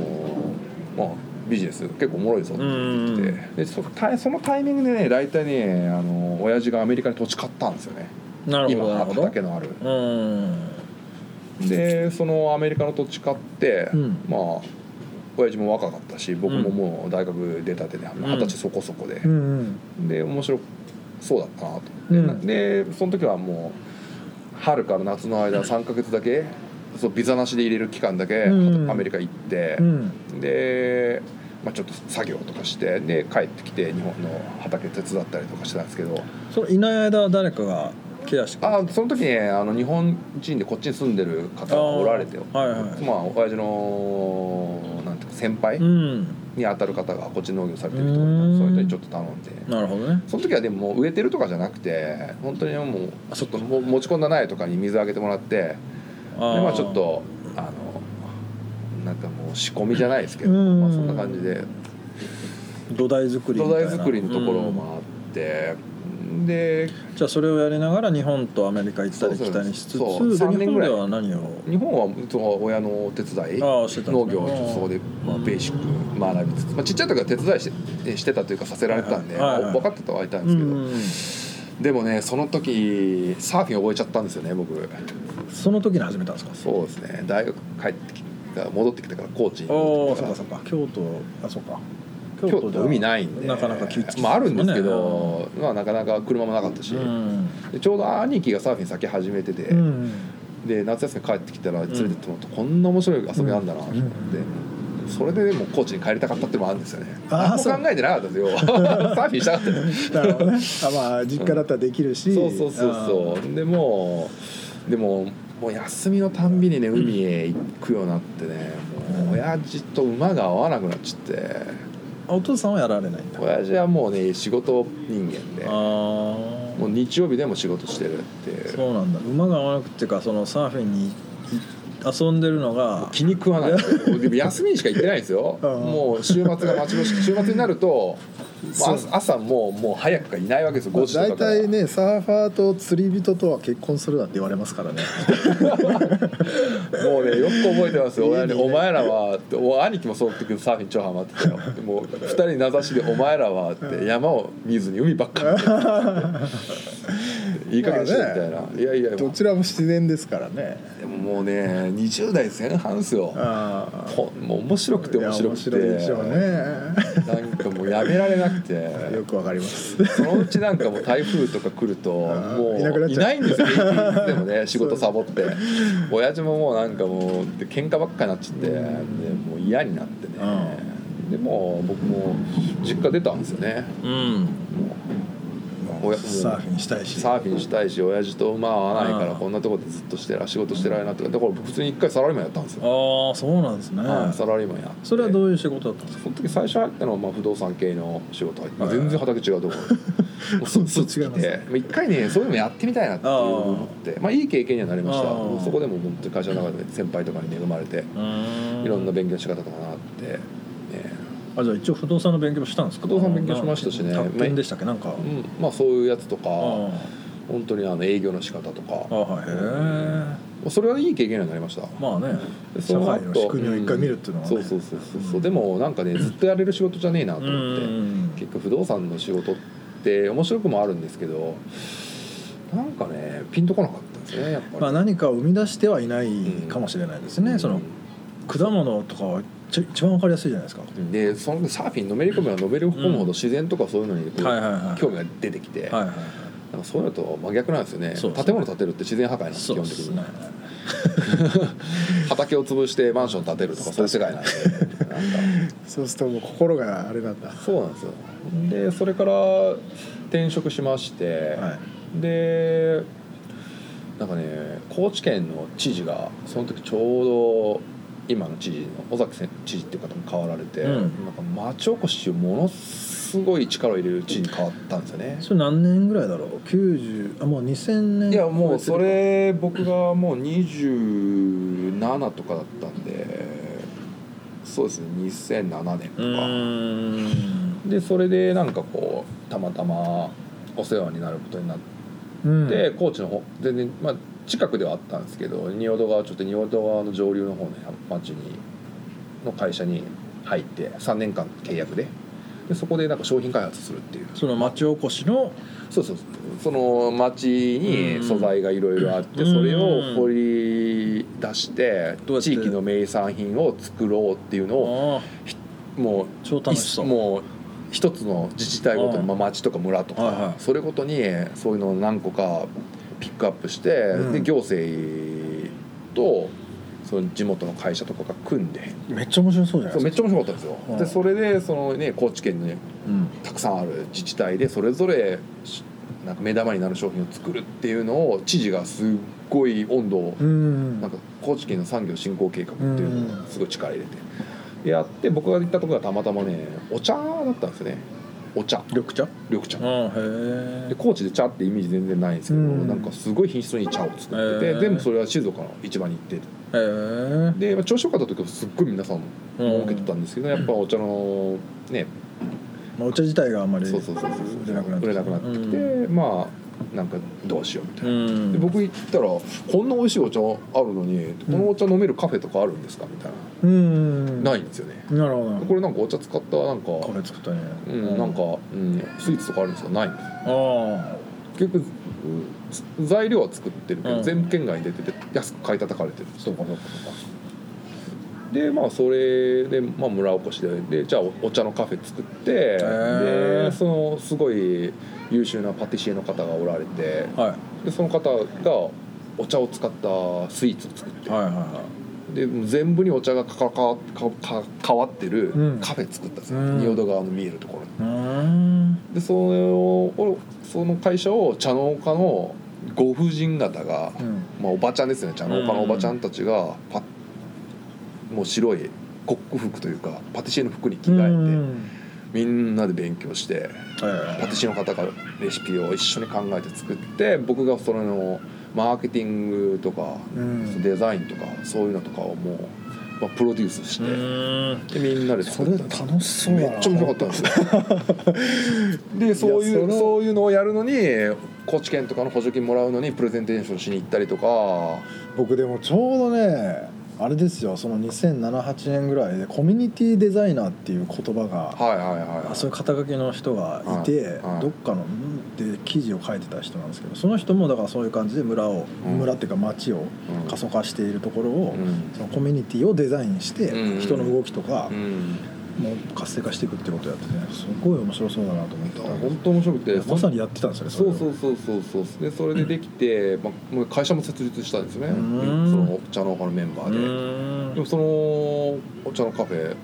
Speaker 3: まあビジネス結構おもろいぞって言ってき
Speaker 4: うん
Speaker 3: てでそたそのタイミングでね大体ねあの親父がアメリカに土地買ったんですよね
Speaker 4: なるほど
Speaker 3: 今
Speaker 4: なるほど
Speaker 3: 畑のある
Speaker 4: うん
Speaker 3: でそのアメリカの土地買って、
Speaker 4: うん
Speaker 3: まあ親父も若かったし僕ももう大学出たてで二十歳そこそこで、
Speaker 7: うんうん
Speaker 3: で面白そうだったなと思って、
Speaker 7: うん
Speaker 3: でその時はもう春から夏の間3ヶ月だけそうビザなしで入れる期間だけア
Speaker 7: うん
Speaker 3: メリカ行って
Speaker 7: う、ん
Speaker 3: で、まあ、ちょっと作業とかしてで帰ってきて日本の畑手伝ったりとかしてたんですけど
Speaker 4: そのいない間は誰かがケアしてくれ
Speaker 3: あ
Speaker 4: て
Speaker 3: その時ねあの日本人でこっちに住んでる方がおられて
Speaker 4: あーはいはい
Speaker 3: まあ親父のなんていうか先輩
Speaker 4: うん
Speaker 3: に当たる方がこっち農業されてる人
Speaker 4: う
Speaker 3: がいた
Speaker 4: んん
Speaker 3: でそれにちょっと頼んで。
Speaker 4: なるほどね
Speaker 3: その時はでももう植えてるとかじゃなくて本当にもう
Speaker 4: あ
Speaker 3: ち
Speaker 4: そ
Speaker 3: ょ
Speaker 4: っ
Speaker 3: っ
Speaker 4: か
Speaker 3: とも持ち込んだ苗とかに水あげてもらって
Speaker 4: あ
Speaker 3: で
Speaker 4: ー
Speaker 3: まあちょっとあのなんかもう仕込みじゃないですけど、
Speaker 7: うん
Speaker 3: まあ、そんな感じで
Speaker 4: 土台作り
Speaker 3: 土
Speaker 4: みたい
Speaker 3: 台
Speaker 4: な
Speaker 3: 作りのところ
Speaker 4: うん
Speaker 3: もあって、で
Speaker 4: じゃあそれをやりながら日本とアメリカ行ったり来たりしつつ
Speaker 3: そうそう
Speaker 4: で
Speaker 3: そう3
Speaker 4: 日
Speaker 3: 年
Speaker 4: 本
Speaker 3: ぐら
Speaker 4: で
Speaker 3: い
Speaker 4: は何を
Speaker 3: 日本はその親のお手伝い
Speaker 4: ああしてたんですね
Speaker 3: 農業をちょっとそこで、まあ、ベーシック学びつつ、まあ、ちっちゃい時は手伝いしてしてたというかさせられてたんで、
Speaker 4: はいはいはい
Speaker 3: 分かってたはいたんで
Speaker 4: う
Speaker 3: すけど、
Speaker 4: ん
Speaker 3: でもねその時サーフィン覚えちゃったんですよね僕。
Speaker 4: その時に始めたんですか
Speaker 3: そうですね大学帰ってきた戻ってきたから高知に
Speaker 4: お
Speaker 3: 戻
Speaker 4: お
Speaker 3: っ
Speaker 4: そ
Speaker 3: てき
Speaker 4: う
Speaker 3: た
Speaker 4: か
Speaker 3: か
Speaker 4: そうか
Speaker 7: 京都あそうか
Speaker 3: ら京都海
Speaker 7: い
Speaker 3: ないんで
Speaker 4: なかなか窮地
Speaker 3: まああるんですけど、まあ、なかなか車もなかったし、
Speaker 4: うん
Speaker 3: でちょうど兄貴がサーフィン先始めてて、
Speaker 7: うん
Speaker 3: で夏休み帰ってきたら連れてってもらって、こんな面白い遊びあんだなと思って。それででも高知に帰りたかったってのもあるんですよね。
Speaker 7: あ
Speaker 3: 何も
Speaker 7: そう
Speaker 3: 考えてなかったですよ。サーフィンしたかったです。
Speaker 7: なるほどねあまあ実家だったらできるし
Speaker 3: そうそうそうそうでもうでももう休みのたんびにね海へ行くようになってねもう親父と馬が合わなくなっちゃって
Speaker 4: あお父さんはやられないんだ
Speaker 3: 親父はもうね仕事人間で
Speaker 4: あ
Speaker 3: も
Speaker 4: ー
Speaker 3: う日曜日でも仕事してるっていう
Speaker 4: そうなんだ馬が合わなくっていうかそのサーフィンにい遊んでるのが
Speaker 3: 気に食わない [LAUGHS] でも休みにしか行ってないんで
Speaker 7: [LAUGHS]
Speaker 3: すよ
Speaker 7: うん
Speaker 3: もう週末が待ち遠しく週末になるとまあ朝朝もうもう早くからいないわけですよ
Speaker 7: まあ
Speaker 3: 5時と
Speaker 7: 大
Speaker 3: かから
Speaker 7: 体ねサーファーと釣り人とは結婚するなんて言われます
Speaker 3: [LAUGHS]
Speaker 7: からね
Speaker 3: もうねよく覚えてますよ
Speaker 7: 家
Speaker 3: 親
Speaker 7: に
Speaker 3: に
Speaker 7: ね
Speaker 3: 「お前らは」ってお兄貴もそうってくるサーフィン超ハマってたよもう二人名指しで「お前らは」って山を見ずに海ば
Speaker 7: [LAUGHS]
Speaker 3: っかりいい加減にしてみたいな、いやいや
Speaker 7: どちらも自然ですからね
Speaker 3: でももうね20代前半ですよ
Speaker 7: あ
Speaker 3: ほんもう面白くて
Speaker 7: いや
Speaker 3: 面白くて
Speaker 7: 面白いでしょうね
Speaker 3: なんかもうやめられなくて
Speaker 7: よくわかります
Speaker 3: そのうちなんかもう台風とか来ると
Speaker 7: ー
Speaker 3: も
Speaker 7: いなくな
Speaker 3: う
Speaker 7: っ
Speaker 3: い
Speaker 7: ちゃ
Speaker 3: な
Speaker 7: う
Speaker 3: いんですよでもね仕事サボって親父ももうなんかもうで喧嘩ばっかになっちゃってでもう嫌になってねでもう僕も実家出たんですよね
Speaker 4: うん
Speaker 3: おやもう
Speaker 7: サーフィンしたいし
Speaker 3: サーフィンしたいし親父と馬合わないから
Speaker 4: うん
Speaker 3: こんなとこでずっとしてら仕事してられなってだから僕普通に一回サラリーマンやったんですよ、
Speaker 4: ああそうなんですね
Speaker 3: はいサラリーマンやって
Speaker 4: それはどういう仕事だったんですか
Speaker 3: その時最初入ったのはまあ不動産系の仕事入って、まあ、全然畑違うとこ
Speaker 7: [LAUGHS]
Speaker 3: ろもうスーツ着
Speaker 7: 違います
Speaker 3: てまあ一回ねそういうのやってみたいなっていう思ってまあいい経験にはなりました
Speaker 4: あー
Speaker 3: そこでも本当に会社の中で先輩とかに恵まれていろんな勉強の仕方とかなって、ね
Speaker 4: あじゃあ一応不動産の勉強もしたんですか
Speaker 3: 不動産勉強しましたしね
Speaker 4: 発見でしたっけなんか
Speaker 3: うん、まあそういうやつとか
Speaker 4: あ
Speaker 3: 本
Speaker 4: ー
Speaker 3: 当にあの営業の仕方とか
Speaker 4: あーはいへえ
Speaker 3: それはいい経験にはなりました
Speaker 4: まあね
Speaker 3: でそ
Speaker 7: 社
Speaker 3: の
Speaker 7: 会
Speaker 3: 後
Speaker 7: の仕組みを一回見るっていうのはね
Speaker 3: そうそうそうそうそうでもなんかねずっとやれる仕事じゃねえなと
Speaker 4: う
Speaker 3: 思って。
Speaker 4: ん
Speaker 3: 結構不動産の仕事って面白くもあるんですけどなんかねピンとこなかったんですねやっぱり、
Speaker 4: まあ何かを生み出してはいないかもしれないですね、
Speaker 3: うん
Speaker 4: その果物とかはちょ一番わかりやすいじゃないですか、
Speaker 3: でそのサーフィンのめり込めばのめり込むほど自然とかそういうのにこう
Speaker 4: はいはいはい
Speaker 3: 興味が出てき
Speaker 4: は
Speaker 3: て、
Speaker 4: いはいはい
Speaker 3: なんかそういうのと真逆なんですよね
Speaker 4: そうですね
Speaker 3: 建物建てるって自然破壊なんです基
Speaker 4: そう
Speaker 3: 本
Speaker 4: で
Speaker 3: 的
Speaker 4: す
Speaker 3: に、
Speaker 4: ね
Speaker 3: 畑を潰してマンション建てるとかそういう世界なんでなんか
Speaker 7: そうするともう心があれなんだ
Speaker 3: そうなんですよでそれから転職しまして、
Speaker 7: はい
Speaker 3: でなんかね高知県の知事がその時ちょうど今の知事の尾崎先知事っていう方も変わられて、
Speaker 4: うん
Speaker 3: なんか町おこしをものすごい力を入れる知事に変わったんですよね。
Speaker 4: それ何年ぐらいだろう90あもう2000年
Speaker 3: いやもうそれ僕がもう27とかだったんでそうですね2007年と
Speaker 4: う
Speaker 3: か。
Speaker 4: ーん
Speaker 3: でそれでなんかこうたまたまお世話になることになって、
Speaker 7: うん
Speaker 3: 高知の方全然、まあ、近くではあったんですけど仁淀川ちょっと仁淀川の上流の方の町にの会社に入って3年間契約ででそこでなんか商品開発するっていう
Speaker 8: その町おこしの
Speaker 3: そうそうその町に素材がいろいろあっ
Speaker 8: う
Speaker 3: て
Speaker 8: ん
Speaker 3: それを掘り出して
Speaker 8: どうやって
Speaker 3: 地域の名産品を作ろうっていうのを
Speaker 8: ああ
Speaker 3: もう
Speaker 8: 超楽しそう
Speaker 3: もう一つの自治体ごとに、
Speaker 8: うん
Speaker 3: まあ、町とか村とか、
Speaker 8: はいはい
Speaker 3: それごとにそういうのを何個かピックアップして、
Speaker 1: ん
Speaker 3: で行政とその地元の会社とかが組んで
Speaker 1: めっちゃ面白そうじゃない
Speaker 3: そう
Speaker 1: で
Speaker 3: め
Speaker 1: す
Speaker 3: っちゃ面白かったんですよ、
Speaker 1: うん
Speaker 3: でそれでその、ね、高知県にたくさんある自治体でそれぞれしなんか目玉になる商品を作るっていうのを知事がすっごい温度を
Speaker 1: かうん
Speaker 3: なんか高知県の産業振興計画っていうのをすごい力入れて、やって僕が行ったとこがたまたまねお茶だったんですよねお茶
Speaker 8: 緑茶
Speaker 3: 緑茶
Speaker 8: うんへえ
Speaker 3: で高知で茶ってイメージ全然ないんですけど、
Speaker 1: うん
Speaker 3: なんかすごい品質のいい茶を作ってて、
Speaker 8: へー
Speaker 3: 全部それは静岡の市場に行って
Speaker 8: へ
Speaker 3: て
Speaker 8: え
Speaker 3: でまあ調子よかった時はすっごい皆さん儲けてたんですけど、やっぱお茶のね
Speaker 1: まあお茶自体があんまり
Speaker 3: そうそうそう
Speaker 1: 売れなく
Speaker 3: そ
Speaker 1: な
Speaker 3: う
Speaker 1: って
Speaker 3: 売れなくなってきて、まあなんかどうしようみたいな。
Speaker 8: うん
Speaker 3: で僕行ったら「こんな美味しいお茶あるのにこのお茶飲めるカフェとかあるんですか?」みたいな、
Speaker 1: うん
Speaker 3: ないいんですよね
Speaker 1: なるほどなるほ
Speaker 3: これなんかお茶使ったなんか、
Speaker 1: どカフェ作ったね
Speaker 3: うん、なんか、うん、スイーツとかあるんですかないんです
Speaker 8: ああ
Speaker 3: 結局うん材料は作ってるけ
Speaker 8: う
Speaker 3: ど
Speaker 8: ん
Speaker 3: 全部県外に出てて安く買い叩かれてるんですよ
Speaker 1: そうかそうかそうか
Speaker 3: でまあそれで、まあ、村おこしででじゃあおお茶のカフェ作って
Speaker 8: ー
Speaker 3: でそのすごい優秀なパティシエの方がおられて
Speaker 8: は
Speaker 3: でその方がお茶を使ったスイーツを作って
Speaker 8: いはいはいは
Speaker 3: で全部にお茶がかかかか変わってる
Speaker 1: うん
Speaker 3: カフェ作ったんですよ、
Speaker 1: うん
Speaker 3: 仁淀川の見えるところに
Speaker 8: いうーん
Speaker 3: でそれをその会社を茶農家のご婦人方が、
Speaker 1: うん
Speaker 3: まあ、おばちゃんですね茶農家のおばちゃんたちがパもう白いコック服というかパティシエの服に着替えて、
Speaker 1: うん
Speaker 3: みんなで勉強して
Speaker 8: はい
Speaker 3: パティシエの方がレシピを一緒に考えて作って僕がそれのマーケティングとか、
Speaker 1: うん
Speaker 3: デザインとかそういうのとかをもう、まあ、プロデュースして、
Speaker 8: うん
Speaker 3: でみんなで
Speaker 1: そ
Speaker 3: 作
Speaker 1: れ
Speaker 3: ったんです
Speaker 1: 楽しそう
Speaker 3: め
Speaker 1: だな
Speaker 3: っちゃ面白かったんですよ
Speaker 1: [LAUGHS]
Speaker 3: でそうい
Speaker 1: いやそうれ
Speaker 3: そそういうのをやるのに高知県とかの補助金もらうのにプレゼンテーションしに行ったりとか
Speaker 1: 僕でもちょうどねあれですよその2007-8年ぐらいでコミュニティデザイナーっていう言葉が
Speaker 3: はいはいはい
Speaker 1: あそういう肩書きの人がいて
Speaker 3: はいはい
Speaker 1: どっかのんで記事を書いてた人なんですけどその人もだからそういう感じで村を
Speaker 3: うん
Speaker 1: 村っていうか町を
Speaker 3: うん
Speaker 1: 過疎化しているところを
Speaker 3: うん
Speaker 1: そのコミュニティをデザインして
Speaker 3: うん
Speaker 1: 人の動きとか
Speaker 3: うん
Speaker 1: もう活性化していくってことをやっててすごい面白そうだなと思ってた
Speaker 3: 本当面白くて
Speaker 1: まさにやってたんですよね
Speaker 3: そうそううそうそうそうでそれでできて、まあ、もう会社も設立したんですよね
Speaker 8: うん
Speaker 3: その茶農家のメンバ
Speaker 8: う
Speaker 3: ーで
Speaker 8: ん
Speaker 3: でもそのお茶のカフェ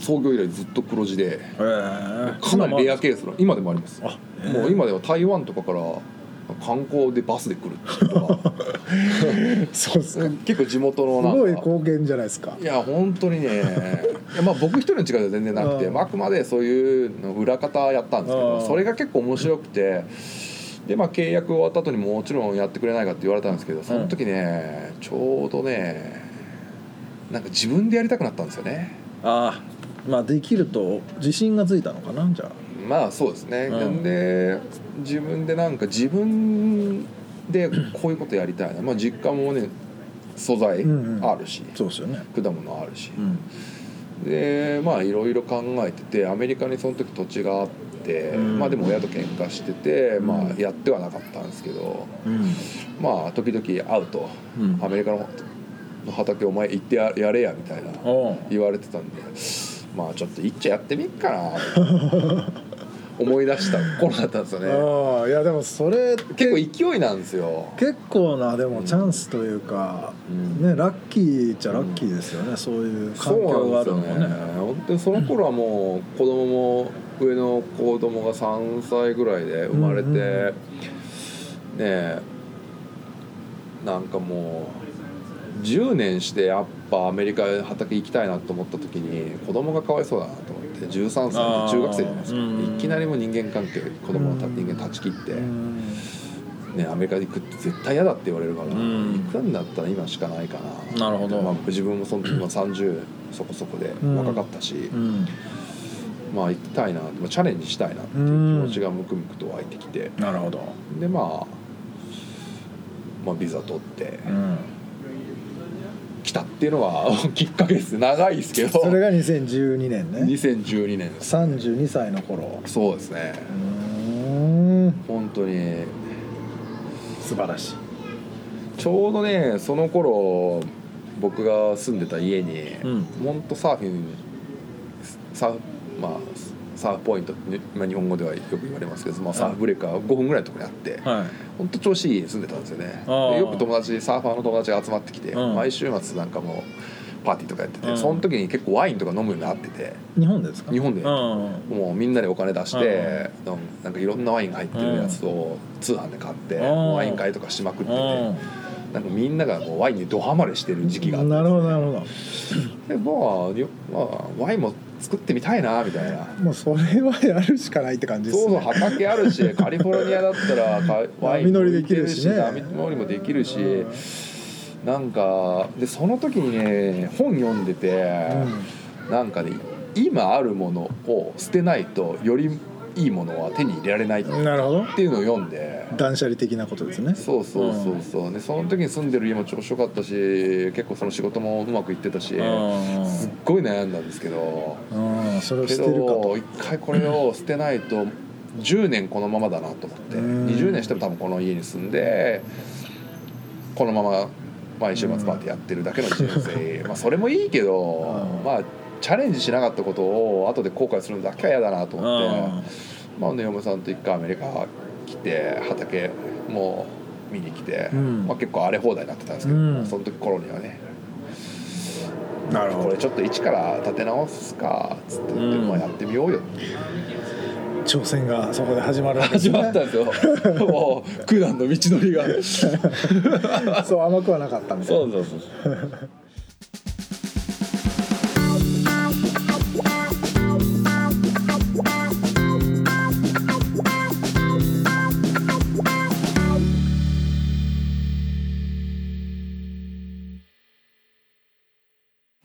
Speaker 3: 創業以来ずっと黒字
Speaker 8: え
Speaker 3: で
Speaker 8: え
Speaker 3: かなりレアケースの今でもあります
Speaker 8: あ
Speaker 3: もう今では台湾とかから観光でバスで来るっていうのが
Speaker 1: そうっすか
Speaker 3: [LAUGHS] 結構地元の
Speaker 1: す
Speaker 3: なんか
Speaker 1: ごい貢献じゃないですか
Speaker 3: いや本当にねいやまあ僕一人の力では全然なくて
Speaker 1: うん
Speaker 3: まああくまでそういうの裏方やったんですけ
Speaker 8: うん
Speaker 3: どそれが結構面白くてでまあ契約終わった後にもちろんやってくれないかって言われたんですけどその時ねちょうどねなんか自分でやりたくなったんですよね
Speaker 8: ああまあできると自信がついたのかなじゃ
Speaker 3: まあそうですね、
Speaker 8: うん
Speaker 3: なんで自分でなんか自分でこういうことやりたいな、まあ、実家もね素材
Speaker 1: うんうん
Speaker 3: あるし、
Speaker 1: そうですよね
Speaker 3: 果物あるし
Speaker 8: あ、うん
Speaker 3: でまあいろいろ考えててアメリカにその時土地があって、
Speaker 8: うん
Speaker 3: まあでも親と喧嘩してて、
Speaker 8: ん
Speaker 3: まあやってはなかったんですけど
Speaker 8: うん
Speaker 3: まあ時々会うと、
Speaker 8: うん
Speaker 3: アメリカのの畑お前行ってややれやみたいな
Speaker 8: おう
Speaker 3: 言われてたんでまあちょっと一茶やってみっかなって思い出した頃だったんですよね
Speaker 1: ああいやでもそれ
Speaker 3: 結構勢いなんですよ
Speaker 1: 結構なでもチャンスというか、
Speaker 3: うん
Speaker 1: ねラッキーっちゃラッキーですよね、そういう環
Speaker 3: そう
Speaker 1: 境がある
Speaker 3: なんです
Speaker 1: の
Speaker 3: よ
Speaker 1: もね
Speaker 3: ね本当にその頃はもう子供も上の子供が3歳ぐらいで生まれて、
Speaker 1: うんうん
Speaker 3: ねえなんかもう10年してやっぱアメリカへ畑行きたいなと思った時に子供がかわいそうだなと思って13歳
Speaker 8: あー
Speaker 3: で中学生じゃないですか、
Speaker 8: うん
Speaker 3: いきなりもう人間関係子供の人間断ち切って、
Speaker 1: うん
Speaker 3: ね、アメリカに行くって絶対嫌だって言われるから、
Speaker 8: ん
Speaker 3: 行くんだったら今しかないかな
Speaker 8: なるほど
Speaker 3: まあ、自分もその時も30そこそこで
Speaker 1: ん
Speaker 3: 若かったし、
Speaker 8: うん
Speaker 3: まあ行きたいな、まあ、チャレンジしたいなっていう気持ちがムクムクと湧いてきて、
Speaker 8: なるほど
Speaker 3: で、まあ、まあビザ取って
Speaker 8: うん
Speaker 3: 来たっていうのはきっかけです長いですけど
Speaker 7: それが2012年ね
Speaker 3: 2012年です
Speaker 7: 32歳の頃
Speaker 3: そうですね
Speaker 7: うーん
Speaker 3: 本当に
Speaker 7: 素晴らしい
Speaker 3: ちょうどねその頃僕が住んでた家に、
Speaker 4: うん
Speaker 3: モントサーフィンサーフまあサーフポイントってね、まあ、日本語ではよく言われますけど、まあ、サーフブレーカー5分ぐらいのところにあって、
Speaker 4: はい
Speaker 3: ほんと調子いい家に住んでたんですよね
Speaker 4: あー
Speaker 3: でよく友達サーファーの友達が集まってきて、
Speaker 4: うん
Speaker 3: 毎週末なんかもうパーティーとかやってて、
Speaker 4: うん
Speaker 3: その時に結構ワインとか飲むようになってて
Speaker 7: 日本ですか
Speaker 3: 日本で、
Speaker 4: うん
Speaker 3: もうみんなでお金出して、なんなんかいろんなワインが入ってるやつを通販で買って、
Speaker 4: うん
Speaker 3: ワイン買いとかしまくってて、
Speaker 4: うん
Speaker 3: なんかみんながもうワインにドハマりしてる時期があって
Speaker 7: なるほどなるほ
Speaker 3: でまあよまあワインも作ってみたいなみたいな
Speaker 7: どもうそれはやるしかないって感じです
Speaker 3: そうそう
Speaker 7: ね
Speaker 3: 畑あるしカリフォルニアだったらかワイン
Speaker 7: 波乗り
Speaker 3: 置いて
Speaker 7: できるしね
Speaker 3: 波乗りもできるし、なんかでその時にね本読んでて、なんかね今あるものを捨てないとよりいいものは手に入れられないっ
Speaker 7: うん、なるほど
Speaker 3: ていうのを読んで。
Speaker 7: 断捨離的なことですね
Speaker 3: そうそうそうそうでその時に住んでる家も調子よかったし結構その仕事もうまくいってたし
Speaker 4: うん
Speaker 3: すっごい悩んだんですけど
Speaker 7: うんそれを
Speaker 3: け
Speaker 7: 捨てるかと
Speaker 3: ど一回これを捨てないと10年このままだなと思って
Speaker 7: うん
Speaker 3: 20年しても多分この家に住んでこのまま毎週末パーティーやってるだけの人生まあそれもいいけど
Speaker 7: うん
Speaker 3: まあチャレンジしなかったことを後で後悔するのだけは嫌だなと
Speaker 4: う
Speaker 3: 思っ
Speaker 4: ん
Speaker 3: てまあね嫁さんと一回アメリカ来て畑も見に来て
Speaker 7: うん
Speaker 3: まあ結構荒れ放題になってたんですけ
Speaker 7: うん
Speaker 3: どその時頃にはね
Speaker 7: なる
Speaker 3: これちょっと一から立て直すかっつって言って
Speaker 4: うん
Speaker 3: まあやってみようよって
Speaker 7: 挑戦がそこで始まるわけです
Speaker 3: 始
Speaker 7: ね
Speaker 3: まったん [LAUGHS] ですよもう苦難の道のりがそう
Speaker 7: そう甘くはなかったみたいな
Speaker 3: そうそう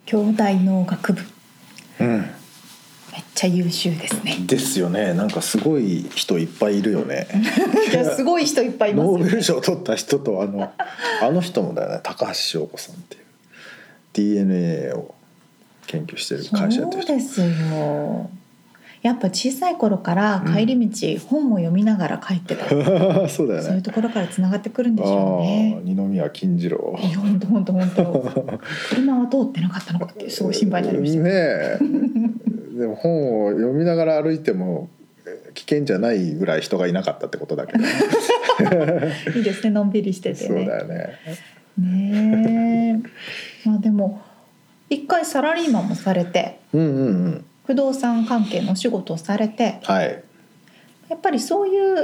Speaker 2: 兄弟農学部
Speaker 1: う
Speaker 2: めっちゃ優秀ですね
Speaker 1: [LAUGHS] ん、ですよねなんかすごい人いっぱいいるよね
Speaker 2: いやすごい人いっぱいいます
Speaker 1: ノ
Speaker 2: よ
Speaker 1: ーベル賞取った人とあの [LAUGHS] あの人もだよね高橋翔子さんっていう DNA を研究してる会社やってる
Speaker 2: そう
Speaker 1: 人
Speaker 2: ですよやっぱ小さい頃から帰り道、本も読みながら帰ってた
Speaker 1: [LAUGHS] そうだよ
Speaker 2: そういう
Speaker 1: ね
Speaker 2: ところからつながってくるんで
Speaker 1: あ
Speaker 2: しょう
Speaker 1: あー
Speaker 2: ね
Speaker 1: 二宮金次郎
Speaker 2: いやほんとほんとほん
Speaker 1: [LAUGHS]
Speaker 2: と車は通ってなかったのかってすごい心配になりました
Speaker 1: ねえでも本を読みながら歩いてもえ危険じゃないぐらい人がいなかったってことだけど、ね、
Speaker 2: いいですねのんびりしてて
Speaker 1: そう
Speaker 2: ね
Speaker 1: だよね
Speaker 2: ねえまあでも一回サラリーマンもされて
Speaker 1: うんうんうん
Speaker 2: 不動産関係のお仕事をされて
Speaker 1: はい
Speaker 2: やっぱりそういう違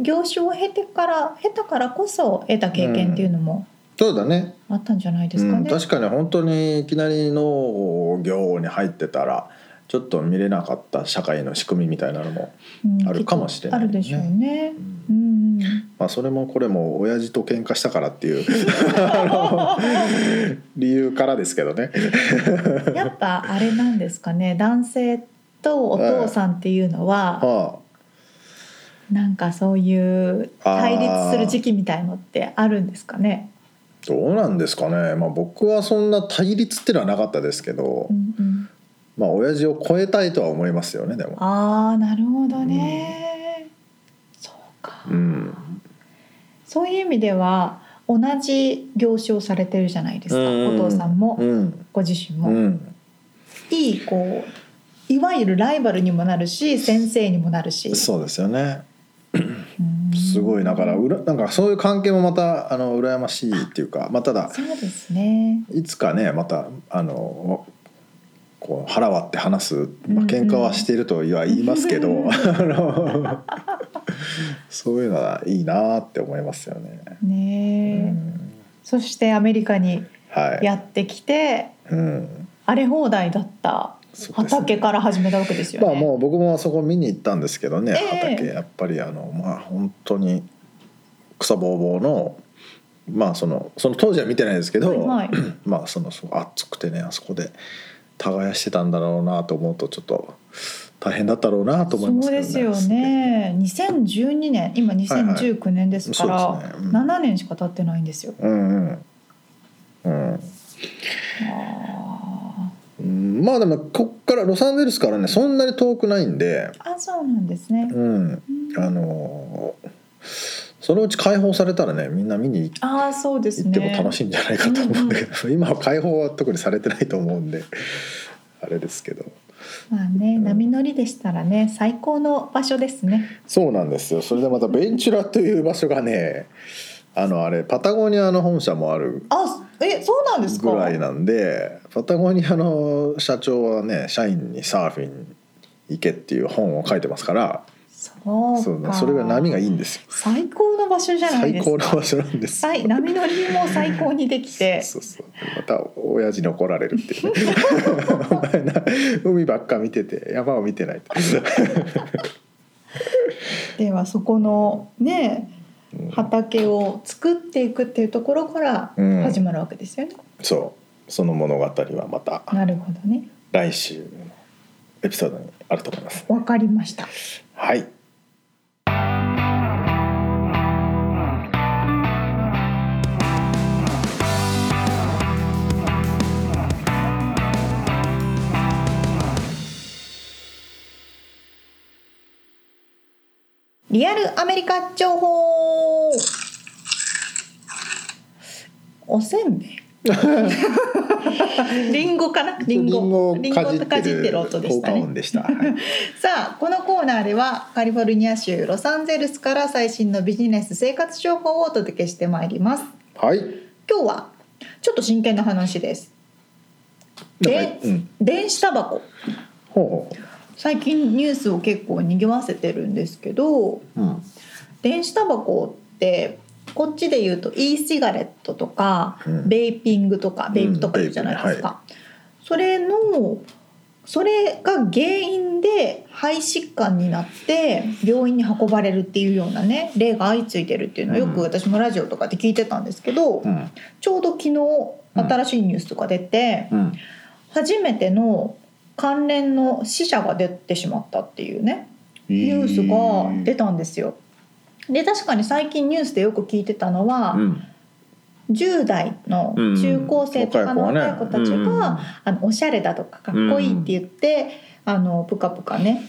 Speaker 2: う業種を経てから経たからこそ得た経験っていうのも
Speaker 1: そうだね
Speaker 2: あったんじゃないですか
Speaker 1: うん、
Speaker 2: ね。
Speaker 1: 確かに本当にいきなり農業に入ってたらちょっと見れなかった社会の仕組みみたいなのも、
Speaker 2: うん
Speaker 1: あるかもしれな
Speaker 2: き
Speaker 1: い
Speaker 2: っとあるでしょうね。うんうん
Speaker 1: まあ、それもこれも親父と喧嘩したからっていうあの理由からですけどね。
Speaker 2: うん、やっぱあれなんですかね [LAUGHS] 男性とお父さんっていうのは
Speaker 1: あ
Speaker 2: なんかそういう対立する時期みたいのってあるんですかね。
Speaker 1: あどうなんですかね、まあ、僕はそんな対立ってのはなかったですけど
Speaker 2: う、んうん、
Speaker 1: まあ、親父を超えたいとは思いますよねでも。
Speaker 2: ああなるほどね。そうか。
Speaker 1: うん
Speaker 2: そういう意味では同じ業種をされてるじゃないですか、
Speaker 1: うん
Speaker 2: お父さんも、
Speaker 1: うん
Speaker 2: ご自身も、
Speaker 1: うん
Speaker 2: いいこういわゆるライバルにもなるし先生にもなるし
Speaker 1: そうですよね
Speaker 2: うん
Speaker 1: すごいだからうらなんかそういう関係もまたあの羨ましいっていうか、まあ、ただ
Speaker 2: そうですね
Speaker 1: いつかねまたあのこう腹割って話す、ま
Speaker 2: うんう
Speaker 1: あ、
Speaker 2: ん
Speaker 1: 喧嘩はしているとは言いますけ
Speaker 2: [LAUGHS]
Speaker 1: ど、
Speaker 2: うんうん
Speaker 1: あのそういうのはいいなって思いますよね。
Speaker 2: ねえ、そしてアメリカに
Speaker 1: はい、
Speaker 2: やってきて
Speaker 1: うん
Speaker 2: 荒れ放題だった
Speaker 1: そうですね
Speaker 2: 畑から始めたわけですよね。
Speaker 1: まあもう僕もあそこ見に行ったんですけどね、
Speaker 2: ええ
Speaker 1: 畑やっぱりあのまあ本当に草ぼうぼうのまあそのその当時は見てないですけど、
Speaker 2: はいはい
Speaker 1: まあそのそう暑くてねあそこで耕してたんだろうなと思うとちょっと大変だったろうなと思います
Speaker 2: そう
Speaker 1: け
Speaker 2: で
Speaker 1: ど
Speaker 2: すよね。2012年、今2019年ですから、
Speaker 1: はいはいそうですねうん
Speaker 2: 7年しか経ってないんですよ。
Speaker 1: うんうんうんまあでもこっからロサンゼルスからねそんなに遠くないんで
Speaker 2: あそうなんですね、
Speaker 1: うんあのーそのうち解放されたらねみんな見に行
Speaker 2: ああそうです
Speaker 1: 行
Speaker 2: ね
Speaker 1: っても楽しいんじゃないかと思うんだけど、今は解放は特にされてないと思うんであれですけど
Speaker 2: まあね波乗りでしたらね最高の場所ですね
Speaker 1: そうなんですよそれでまたベンチュラという場所がねあのあれパタゴニアの本社もある
Speaker 2: あえそうなんですか
Speaker 1: ぐらいなんでパタゴニアの社長はね社員にサーフィン行けっていう本を書いてますから
Speaker 2: そうか
Speaker 1: そうねそれが波がいいんですよ
Speaker 2: 最高の場所じゃない
Speaker 1: 最
Speaker 2: です
Speaker 1: 高
Speaker 2: か
Speaker 1: の場所なんですよ
Speaker 2: はい波乗りも最高にできて
Speaker 1: そうそうまた親父に怒られるっていうね [LAUGHS] お前な海ばっか見てて山を見てないって
Speaker 2: ではそこのね畑を作っていくっていうところから
Speaker 1: うん
Speaker 2: 始まるわけですよね、
Speaker 1: そうその物語はまた
Speaker 2: なるほどね
Speaker 1: 来週のエピソードにあると思います
Speaker 2: わかりました
Speaker 1: はい
Speaker 2: リアルアメリカ情報おせん
Speaker 1: [LAUGHS]
Speaker 2: べいリンゴかなリンゴ
Speaker 1: リンゴ
Speaker 2: リンゴとかじってる音で
Speaker 1: 効
Speaker 2: した
Speaker 1: 果
Speaker 2: ね
Speaker 1: 音でした、はい
Speaker 2: [LAUGHS] さあこのコーナーではカリフォルニア州ロサンゼルスから最新のビジネス生活情報をお届けしてまいります
Speaker 1: はい。
Speaker 2: 今日はちょっと真剣な話です
Speaker 1: なん
Speaker 2: で
Speaker 1: か、うん。
Speaker 2: 電子タバコ
Speaker 1: ほうほ
Speaker 2: 最近ニュースを結構賑わせてるんですけど
Speaker 1: う。うん。
Speaker 2: 電子タバコってこっちで言うと e シガレットとか、
Speaker 1: うん
Speaker 2: ベイピングとかベイプとか
Speaker 1: うん
Speaker 2: 言うじゃないですか、それのそれが原因で肺疾患になって病院に運ばれるっていうようなね例が相次いでるっていうのはよ
Speaker 1: う
Speaker 2: く
Speaker 1: ん
Speaker 2: 私もラジオとかで聞いてたんですけど、
Speaker 1: うん。
Speaker 2: ちょうど昨日新しいニュースとか出て、
Speaker 1: うん。
Speaker 2: 初めての関連の死者が出てしまったっていうねニュースが出たんですよ。で確かに最近ニュースでよく聞いてたのは、
Speaker 1: うん。
Speaker 2: 10代の中高生とかの
Speaker 1: うん
Speaker 2: 若い
Speaker 1: 若
Speaker 2: 子
Speaker 1: い子
Speaker 2: た
Speaker 1: はね
Speaker 2: ちが、
Speaker 1: うん
Speaker 2: あのおしゃれだとかかっこいいって言って、あのプカプカね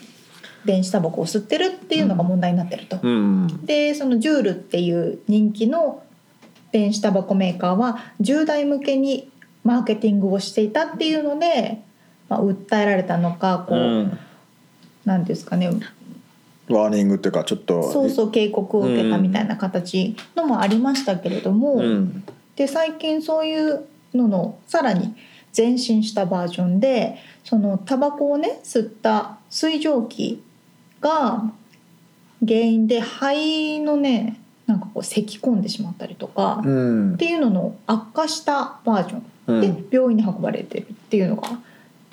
Speaker 2: 電子タバコを吸ってるっていうのが問題になってると。
Speaker 1: うん。
Speaker 2: でそのジュールっていう人気の電子タバコメーカーは10代向けにマーケティングをしていたっていうので、まあ、訴えられたのかこう、
Speaker 4: うん
Speaker 2: なんですかね
Speaker 1: ワーニングっていうか、ちょっと。
Speaker 2: そうそう警告を受けたみたいな形のもありましたけれども、
Speaker 4: うん
Speaker 2: で最近そういうののさらに前進したバージョンでそのタバコをね吸った水蒸気が原因で肺のねなんかこう咳き込んでしまったりとか、
Speaker 1: う
Speaker 2: っ
Speaker 1: ん。
Speaker 2: ていうのの悪化したバージョ
Speaker 1: う
Speaker 2: ンで
Speaker 1: ん。
Speaker 2: 病院に運ばれてるっていうのが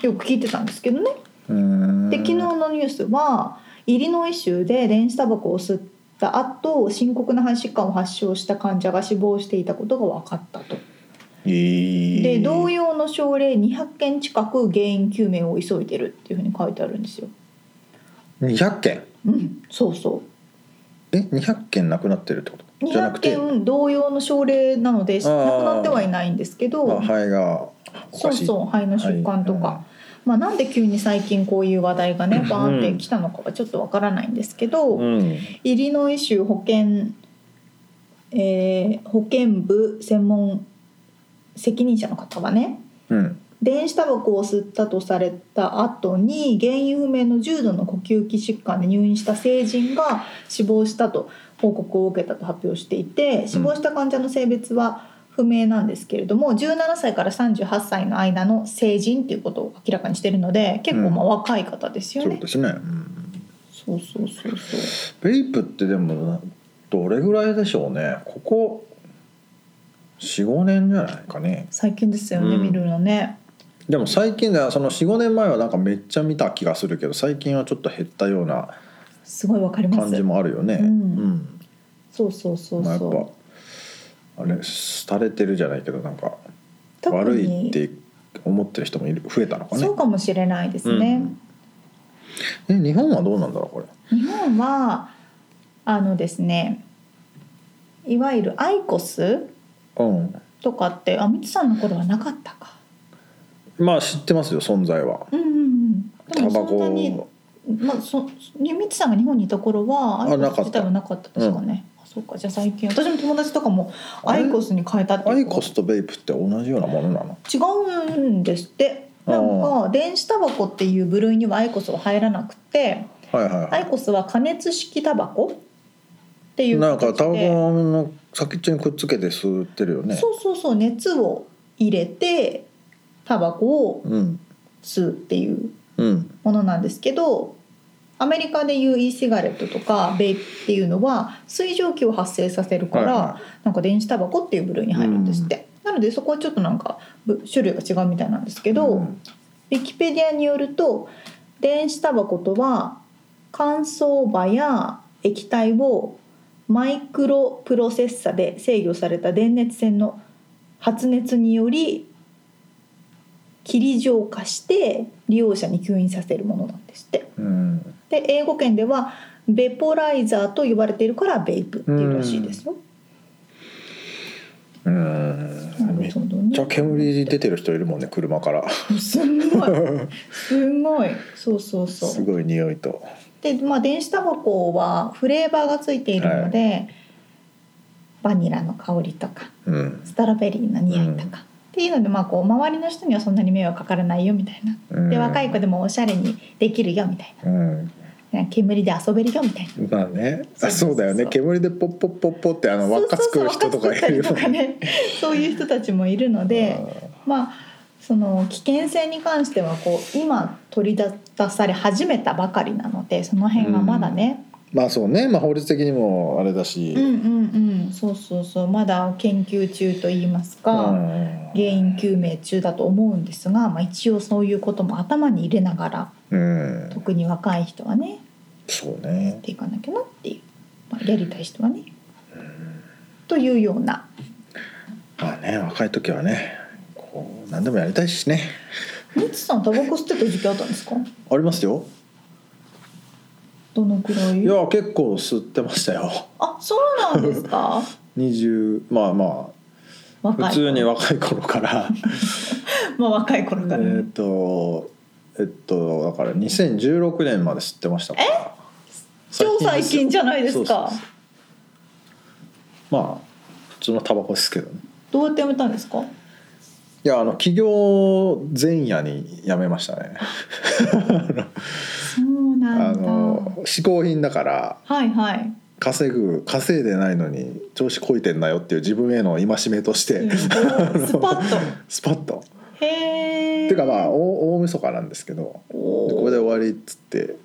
Speaker 2: よく聞いてたんですけどね。
Speaker 1: うん。
Speaker 2: で昨日のニュースはイリノイ州で電子タバコを吸った後深刻な肺疾患を発症した患者が死亡していたことが分かったと。
Speaker 1: いい。
Speaker 2: で同様の症例200件近く原因究明を急いでるっていうふうに書いてあるんですよ。
Speaker 1: 二百件。
Speaker 2: うん、そうそ
Speaker 1: え、二百件なくなってるってこ
Speaker 2: う
Speaker 1: と。じゃな
Speaker 2: 200
Speaker 1: くて。あ、
Speaker 2: 件同様の症例なので亡くなってはいないんですけど、
Speaker 1: 肺が。お
Speaker 2: そ
Speaker 1: か
Speaker 2: う
Speaker 1: しい
Speaker 2: そう肺の疾患とか、
Speaker 1: は
Speaker 2: まあ、なんで急に最近こういう話題がねバーンってきたのかはちょっとわからないんですけど、
Speaker 1: うん。
Speaker 2: イリノイ州保健、えー保健部専門責任者の方はね
Speaker 1: うん。
Speaker 2: 電子タバコを吸ったとされた後に原因不明の重度の呼吸器疾患で入院した成人が死亡したと報告を受けたと発表していて死亡した患者の性別は不明なんですけれども17歳から38歳の間の成人っていうことを明らかにしてるので結構まあ若い方ですよ
Speaker 1: そう
Speaker 2: ね。
Speaker 1: ですね。うん
Speaker 2: そうそうそうそう
Speaker 1: ベイプってでも。どれぐらいでしょうね。ここ。四五年じゃないかね。
Speaker 2: 最近ですよね、
Speaker 1: うん
Speaker 2: 見るのね。
Speaker 1: でも最近ではその45年前はなんかめっちゃ見た気がするけど最近はちょっと減ったような
Speaker 2: すごいわかりま
Speaker 1: 感
Speaker 2: す
Speaker 1: じ。もあるよね。
Speaker 2: うん
Speaker 1: ん
Speaker 2: そうそうそう
Speaker 1: まあ、やっ
Speaker 2: そ
Speaker 1: ぱあれ廃れてるじゃないけどなんか
Speaker 2: う。特
Speaker 1: 悪い
Speaker 2: に
Speaker 1: って思ってる人もいる増えたのかね
Speaker 2: そう。かもしれないですね。
Speaker 1: え日本はどうなんだろうこれ。
Speaker 2: 日本はあのですね、いわゆるアイコス
Speaker 1: うん。
Speaker 2: とかってあみつさんの頃はなかったか。
Speaker 1: まあ知ってますよ存在は
Speaker 2: うんうんうんで
Speaker 1: タ
Speaker 2: も
Speaker 1: バ
Speaker 2: そんなに
Speaker 1: コ
Speaker 2: まあ、そにミツさんが日本にいた頃はアイ
Speaker 1: あな
Speaker 2: コ
Speaker 1: かっ
Speaker 2: ス自
Speaker 1: た
Speaker 2: 体はなかったですかね、あそうかじゃあ最近私も友達とかもアイコスに変えたって
Speaker 1: ア
Speaker 2: い
Speaker 1: イ
Speaker 2: うか
Speaker 1: コスとベイプって同じようなものなの
Speaker 2: 違うんですってなんか電子タバコっていう部類にはアイコスは入らなくて
Speaker 1: はいはいは
Speaker 2: アイコスは加熱式タバコってい
Speaker 1: い。
Speaker 2: う
Speaker 1: なん
Speaker 2: 形で
Speaker 1: かタバコの先っちょにくっつけて吸ってるよね。
Speaker 2: そうそうそう熱を入れてタバコを
Speaker 1: うん
Speaker 2: 吸うっていう
Speaker 1: うん
Speaker 2: ものなんですけどアメリカでいう e シガレットとかベイプっていうのは水蒸気を発生させるから、
Speaker 1: は
Speaker 2: なんか電子タバコっていう部類に入るんですって、なのでそこはちょっとなんかぶ種類が違うみたいなんですけど、
Speaker 1: う
Speaker 2: ウ
Speaker 1: ん
Speaker 2: ィキペディアによると電子タバコとは乾燥場や液体をマイクロプロセッサで制御された電熱線の発熱により霧状化して利用者に吸引させるものなんですって。
Speaker 1: うん
Speaker 2: で英語圏ではベポライザーと呼ばれているからベイプっていうらしいですよ。
Speaker 1: うん。めっちゃ煙出てる人いるもんね車から。
Speaker 2: [LAUGHS] すんごいすんごいそうそうそう
Speaker 1: すごい匂いと。
Speaker 2: で、まあ、電子タバコはフレーバーがついているので、バニラの香りとか
Speaker 1: うん
Speaker 2: ストロベリーの匂いとか、
Speaker 1: うん
Speaker 2: っていうので、まあ、こう周りの人にはそんなに迷惑かからないよみたいな
Speaker 1: うん。
Speaker 2: で若い子でもおしゃれにできるよみたい
Speaker 1: うん。
Speaker 2: な煙で遊べるよみたいな。
Speaker 1: まあね。あ
Speaker 2: そ
Speaker 1: そ
Speaker 2: そうそう
Speaker 1: ううだよね。煙でポッポッポッポってあの輪っか作る人とかいる
Speaker 2: そうそうそう輪っか作ったりとか
Speaker 1: よね。
Speaker 2: ねそういう人たちもいるのでまあその危険性に関してはこう今取り出され始めたばかりなのでその辺はまだね、
Speaker 1: まあそうね。まあ法律的にもあれだし。
Speaker 2: うん、うんうんそうそうそうまだ研究中といいます
Speaker 1: う
Speaker 2: か、
Speaker 1: ん
Speaker 2: 原因究明中だと思うんですが、まあ、一応そういうことも頭に入れながら
Speaker 1: うん。
Speaker 2: 特に若い人はね
Speaker 1: そうね
Speaker 2: やっ。ていかなきゃなっていう、まあ、やりたい人はね。というような
Speaker 1: まあね若い時はね。こう何でもやりたいしね。
Speaker 2: ミツさんタバコ吸ってた時期あったんですか
Speaker 1: ありますよ。
Speaker 2: どのくらい
Speaker 1: いや結構吸ってましたよ
Speaker 2: あそうなんです
Speaker 1: [LAUGHS]
Speaker 2: か
Speaker 1: 20まあま
Speaker 2: 若
Speaker 1: あ
Speaker 2: い
Speaker 1: 普通に若い頃から
Speaker 2: まあ若い頃
Speaker 1: え
Speaker 2: からね、
Speaker 1: ーっとえっとだから2016年まで吸ってましたから
Speaker 2: 超最近じゃないです
Speaker 1: そう
Speaker 2: か
Speaker 1: そうそうまあ普通のタバコですけどね
Speaker 2: どうやってやめたんですか
Speaker 1: いやあの起業前夜にやめましたね
Speaker 2: そうな
Speaker 1: あ
Speaker 2: んだ
Speaker 1: の嗜好品だから
Speaker 2: はいはい、
Speaker 1: 稼ぐ稼いでないのに調子こいてんなよっていう自分への戒めと [LAUGHS] して、
Speaker 2: うんスパッと
Speaker 1: [LAUGHS] スパッと
Speaker 2: へえ
Speaker 1: ていうかまあ大大晦日なんですけど
Speaker 2: お
Speaker 1: で
Speaker 2: ー
Speaker 1: これで終わりっつって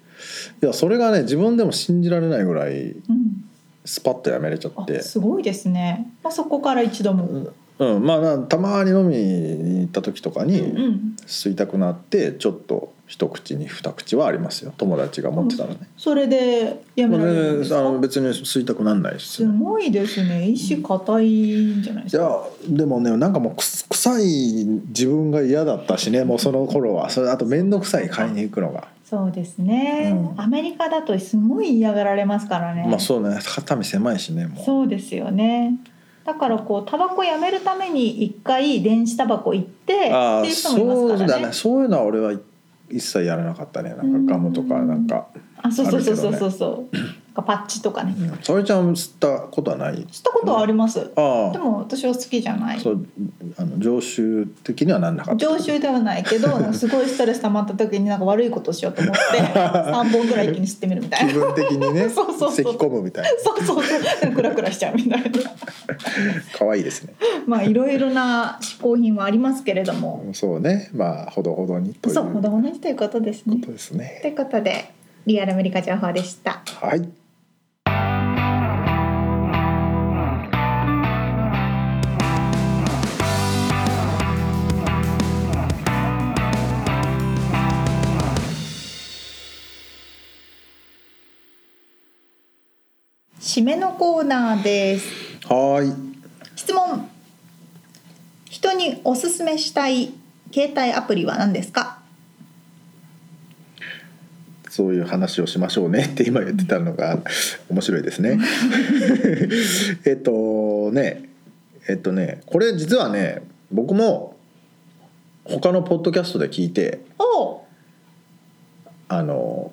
Speaker 1: いやそれがね自分でも信じられないぐらい
Speaker 2: うん、
Speaker 1: スパッとやめれちゃっ
Speaker 2: あ
Speaker 1: て
Speaker 2: すごいですね、まあ、そこから一度も、うん
Speaker 1: うんまあなたまに飲みに行った時とか
Speaker 2: う
Speaker 1: に
Speaker 2: ん、
Speaker 1: 吸いたくなってちょっと一口に二口はありますよ友達が持ってたらね、
Speaker 2: それでやめ
Speaker 1: ま
Speaker 2: ら
Speaker 1: あ
Speaker 2: れるん
Speaker 1: 全
Speaker 2: です
Speaker 1: 然あの
Speaker 2: か
Speaker 1: 別に吸いたくなんないし
Speaker 2: すごいですね意志固いんじゃないで
Speaker 1: い
Speaker 2: す
Speaker 1: や
Speaker 2: か
Speaker 1: でもねなんかもうくす臭い自分が嫌だったしねもうその頃はそれあと面倒くさい買いに行くのが、
Speaker 2: そうですね、
Speaker 1: うん
Speaker 2: アメリカだとすごい嫌がられますからね、
Speaker 1: まあそうね肩身狭いしねもう
Speaker 2: そうですよねだからこうタバコやめるために一回電子タバコ行ってって
Speaker 1: ああ
Speaker 2: いう人も
Speaker 1: そ
Speaker 2: いうますか
Speaker 1: だ
Speaker 2: らね
Speaker 1: ねそういうのは俺は一切やらなかったねな
Speaker 2: うん
Speaker 1: んかガムとかなんか
Speaker 2: あそうそうそうそう
Speaker 1: あるけどね
Speaker 2: そうそう、なんかパッチとかね
Speaker 1: うん沙織ちゃん吸ったことはない
Speaker 2: 吸ったことはあります、
Speaker 1: あ
Speaker 2: でも私は好きじゃな
Speaker 1: あ
Speaker 2: い
Speaker 1: そうあの常習的にはなんなかった
Speaker 2: 常習ではない
Speaker 1: [LAUGHS]
Speaker 2: けどなんかすごいストレス溜まった時になんか悪いことしようと思って3本ぐらい一気に吸ってみるみたい
Speaker 1: 気
Speaker 2: な
Speaker 1: 分的に
Speaker 2: [LAUGHS]
Speaker 1: ね
Speaker 2: そうそうそう
Speaker 1: 咳込むみたい
Speaker 2: そうそうそうなんかクラクラしちゃうみたいな
Speaker 1: な可愛いですね
Speaker 2: まあいろいろな嗜好品はありますけれども
Speaker 1: そうねまあほどほどにという
Speaker 2: そう
Speaker 1: こ
Speaker 2: ほど同じということですね
Speaker 1: とですね
Speaker 2: ということでリアルアメリカ情報でした
Speaker 1: はい
Speaker 2: 締めのコーナーです
Speaker 1: はーい
Speaker 2: 質問人におすすめしたい携帯アプリは何ですか
Speaker 1: そういう話をしましょうねって今言ってたのが面白いです [LAUGHS] ねえっとねえっとねこれ実はね僕も他のポッドキャストで聞いて
Speaker 2: おう
Speaker 1: あの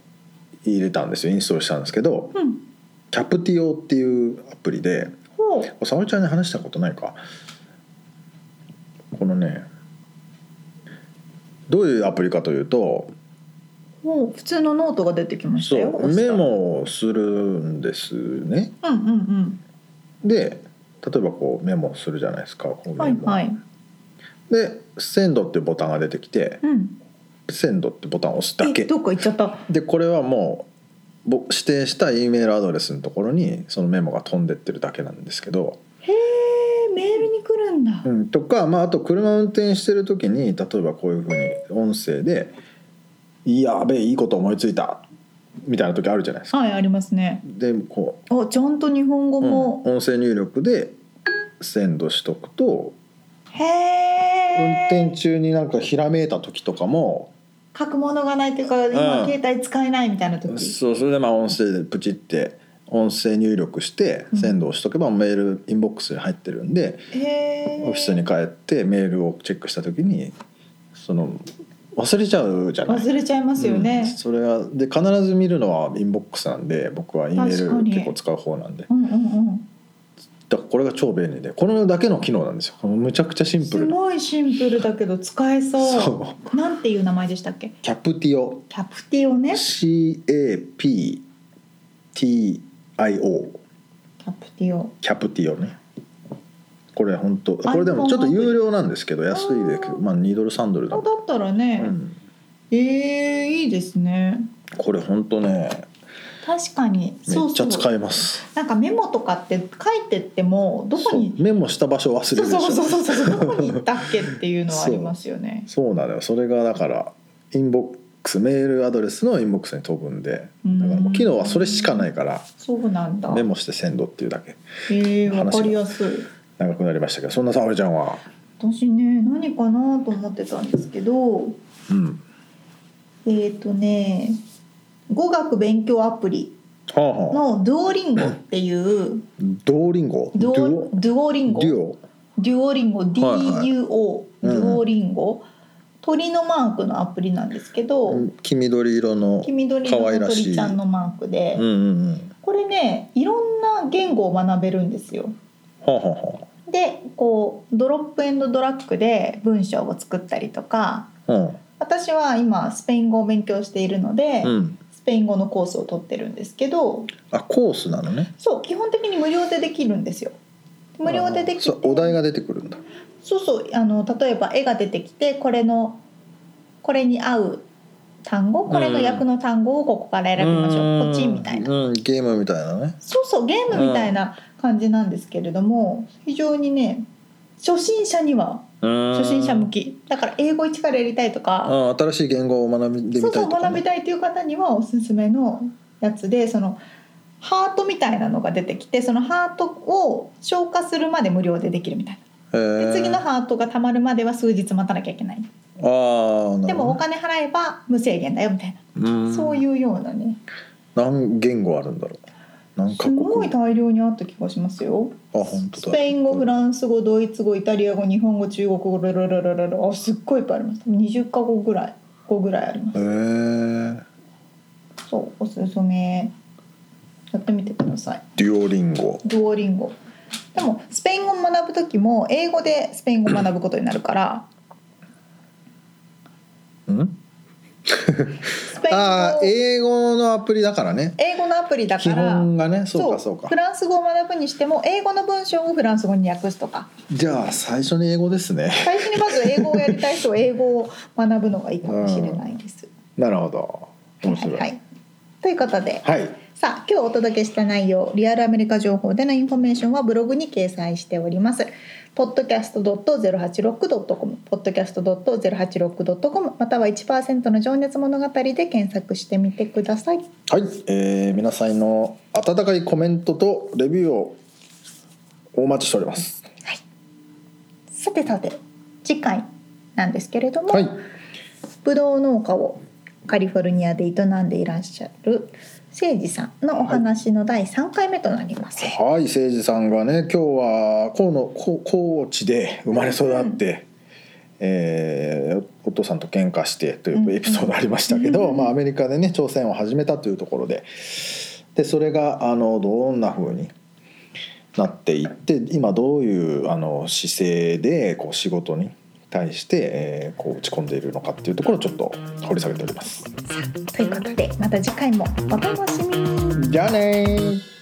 Speaker 1: 入れたんですよインストールしたんですけど
Speaker 2: うん
Speaker 1: キャプティオっていうアプリで
Speaker 2: ほう
Speaker 1: 沙織ちゃんに話したことないかこのねどういうアプリかというと
Speaker 2: ほう普通のノートが出てきました
Speaker 1: そ
Speaker 2: よ
Speaker 1: う
Speaker 2: 押した
Speaker 1: メモをするんですね
Speaker 2: うんうんうん
Speaker 1: で例えばこうメモするじゃないですかこうメモ
Speaker 2: はいはい
Speaker 1: で「センド」っていうボタンが出てきて
Speaker 2: うん
Speaker 1: 「センド」ってボタンを押すだ
Speaker 2: え
Speaker 1: け
Speaker 2: どっか行っちゃった
Speaker 1: でこれはもうぼ指定した E メールアドレスのところにそのメモが飛んでってるだけなんですけど、
Speaker 2: へえメールに来るんだ
Speaker 1: うん、とか、まあ、あと車運転してる時に例えばこういうふうに音声で「やべえいいこと思いついた」みたいな時あるじゃないですか。
Speaker 2: はいありますね
Speaker 1: でこ
Speaker 2: おちゃんと日本語
Speaker 1: う、うん
Speaker 2: も、
Speaker 1: 音声入力でセンドしとくと
Speaker 2: へ
Speaker 1: 運
Speaker 2: え
Speaker 1: 転中になんかひらめいた時とかも
Speaker 2: 書くものがないというか今
Speaker 1: うん
Speaker 2: 携帯使えないみたいな時、
Speaker 1: そうそれでまあ音声でプチって音声入力して
Speaker 2: うん
Speaker 1: センドをしとけばメールインボックスに入ってるんで、
Speaker 2: へえ
Speaker 1: オフィスに帰ってメールをチェックした時にその忘れちゃうじゃない
Speaker 2: 忘れちゃいますよ
Speaker 1: うん
Speaker 2: ね、
Speaker 1: それはで必ず見るのはインボックスなんで僕は E メ
Speaker 2: 確か
Speaker 1: ール
Speaker 2: に
Speaker 1: 結構使う方なんで
Speaker 2: うん、うんうん
Speaker 1: だからこれが超便利でこれだけの機能なんですよこのむちゃくちゃシンプ
Speaker 2: す
Speaker 1: ルな
Speaker 2: ごいシンプルだけど使えそう
Speaker 1: そ
Speaker 2: なんていう名前でしたっけ
Speaker 1: キャプティオ
Speaker 2: キャプティオね
Speaker 1: CAPTIO
Speaker 2: キャプティオ
Speaker 1: キャプティオねこれ本当
Speaker 2: あ
Speaker 1: これでもちょっと有料なんですけど安いで
Speaker 2: あー
Speaker 1: まあ2ドル3ドルだ
Speaker 2: あだったらね、
Speaker 1: うん
Speaker 2: えー、いいですね
Speaker 1: これ本当ね
Speaker 2: 確かに
Speaker 1: め
Speaker 2: そう
Speaker 1: っち
Speaker 2: そ
Speaker 1: ゃ
Speaker 2: う
Speaker 1: 使えます
Speaker 2: なんかメモとかって書いてってもどこに
Speaker 1: そうメモした場所忘れ
Speaker 2: そう
Speaker 1: るでしょ
Speaker 2: そうそうそうそうどこに行ったっけっていうのはありますよね
Speaker 1: そうなのよそれがだからインボックスメールアドレスのインボックスに飛ぶんでだからもう機能はそれしかないから
Speaker 2: そうなんだ
Speaker 1: メモしてセンドっていうだけ
Speaker 2: へえ
Speaker 1: 話が
Speaker 2: わかりやすい
Speaker 1: 長くなりましたけどそんな沙織ちゃんは
Speaker 2: 私ね何かなと思ってたんですけど
Speaker 1: うん
Speaker 2: えっ、ー、とね語学勉強アプリ
Speaker 1: はあはあ
Speaker 2: のドゥオリンゴっていう
Speaker 1: ドーリンゴ
Speaker 2: ド
Speaker 1: デュ
Speaker 2: ゥオ
Speaker 1: オ
Speaker 2: ドゥオリンゴ
Speaker 1: デュオ
Speaker 2: デュオリンゴ DUO、
Speaker 1: はいはい
Speaker 2: デュオリンゴ、鳥のマークのアプリなんですけど、
Speaker 1: 黄緑色の
Speaker 2: 黄緑
Speaker 1: 可愛
Speaker 2: の
Speaker 1: らしい
Speaker 2: 鳥ちゃんのマークで、
Speaker 1: うんうんうん
Speaker 2: これねいろんな言語を学べるんですよ。
Speaker 1: はあはあはあ
Speaker 2: でこうドロップエンドドラッグで文章を作ったりとか
Speaker 1: うん
Speaker 2: 私は今スペイン語を勉強しているので、
Speaker 1: うん、
Speaker 2: スペイン語のコースを取ってるんですけど
Speaker 1: あコースなのね
Speaker 2: そう基本的に無料でできるんですよ。無料でできて
Speaker 1: そうお題が出てくるんだ
Speaker 2: そうそうあの例えば絵が出てきてこれのこれに合う単語これの役の単語をここから選びましょうポチンみたいな
Speaker 1: うんゲームみたいなね
Speaker 2: そうそうゲームみたいな感じなんですけれども非常にね初心者には初心者向きだから英語一からやりたいとか
Speaker 1: あ新しい言語を学んでみ
Speaker 2: そ
Speaker 1: た
Speaker 2: う
Speaker 1: いとかね、
Speaker 2: そう学びたいっていう方にはおすすめのやつでそのハートみたいなのが出てきてそのハートを消化するまで無料でできるみたいな
Speaker 1: へ
Speaker 2: で
Speaker 1: ー
Speaker 2: 次のハートがたまるまでは数日待たなきゃいけない
Speaker 1: ああ
Speaker 2: でもお金払えば無制限だよみたいなそう
Speaker 1: う
Speaker 2: いうようなね
Speaker 1: 何言語あるんだろう何カ
Speaker 2: す
Speaker 1: 国
Speaker 2: ごい大量にあった気がしますよ
Speaker 1: あ本当
Speaker 2: ス
Speaker 1: だ
Speaker 2: ペイン語フ
Speaker 1: ン
Speaker 2: ランス語ドイツ語イタリア語日本語中国語ロロロロロロあすっごいいっぱいあります20か国ぐらい語ぐらいありま
Speaker 1: へえ
Speaker 2: すそうおすすめやってみてください
Speaker 1: デュオリンゴ
Speaker 2: ドゥオリンゴでもスペイン語を学ぶ時も英語でスペイン語を学ぶことになるから
Speaker 1: ん
Speaker 2: スペイン
Speaker 1: ああ
Speaker 2: 語
Speaker 1: 英語のアプリだからね
Speaker 2: 英語のアプリだか
Speaker 1: 基
Speaker 2: ら
Speaker 1: 本がねそうかそうか
Speaker 2: フランス語を学ぶにしても英語の文章をフランス語に訳すとか
Speaker 1: じゃあ最初に英語ですね [LAUGHS]
Speaker 2: 最初にまず英語をやりたい人は英語を学ぶのがいいかもしれないです。
Speaker 1: なるほど面白い
Speaker 2: はいはい、ということで、
Speaker 1: はい、
Speaker 2: さあ今日お届けした内容リアルアメリカ情報でのインフォメーションはブログに掲載しております podcast.086.com podcast.086.com または1%の情熱物語で検索してみてください
Speaker 1: はいえー皆さんの温かいコメントとレビューをお待ちしております
Speaker 2: さてさて次回なんですけれども、
Speaker 1: はい
Speaker 2: ぶどう農家をカリフォルニアで営んでいらっしゃる誠司さんのお話の第3回目となります。
Speaker 1: はい誠司さんがね今日は高の高高知で生まれ育って、えーお父さんと喧嘩してというエピソードありましたけど、まあ、アメリカでね挑戦を始めたというところででそれがあのどんな風になっていって今どういうあの姿勢でこう仕事に対して、えーこう打ち込んでいるのかっていうところをちょっと掘り下げております。
Speaker 2: ということでまた次回もお楽しみに
Speaker 1: じゃあねー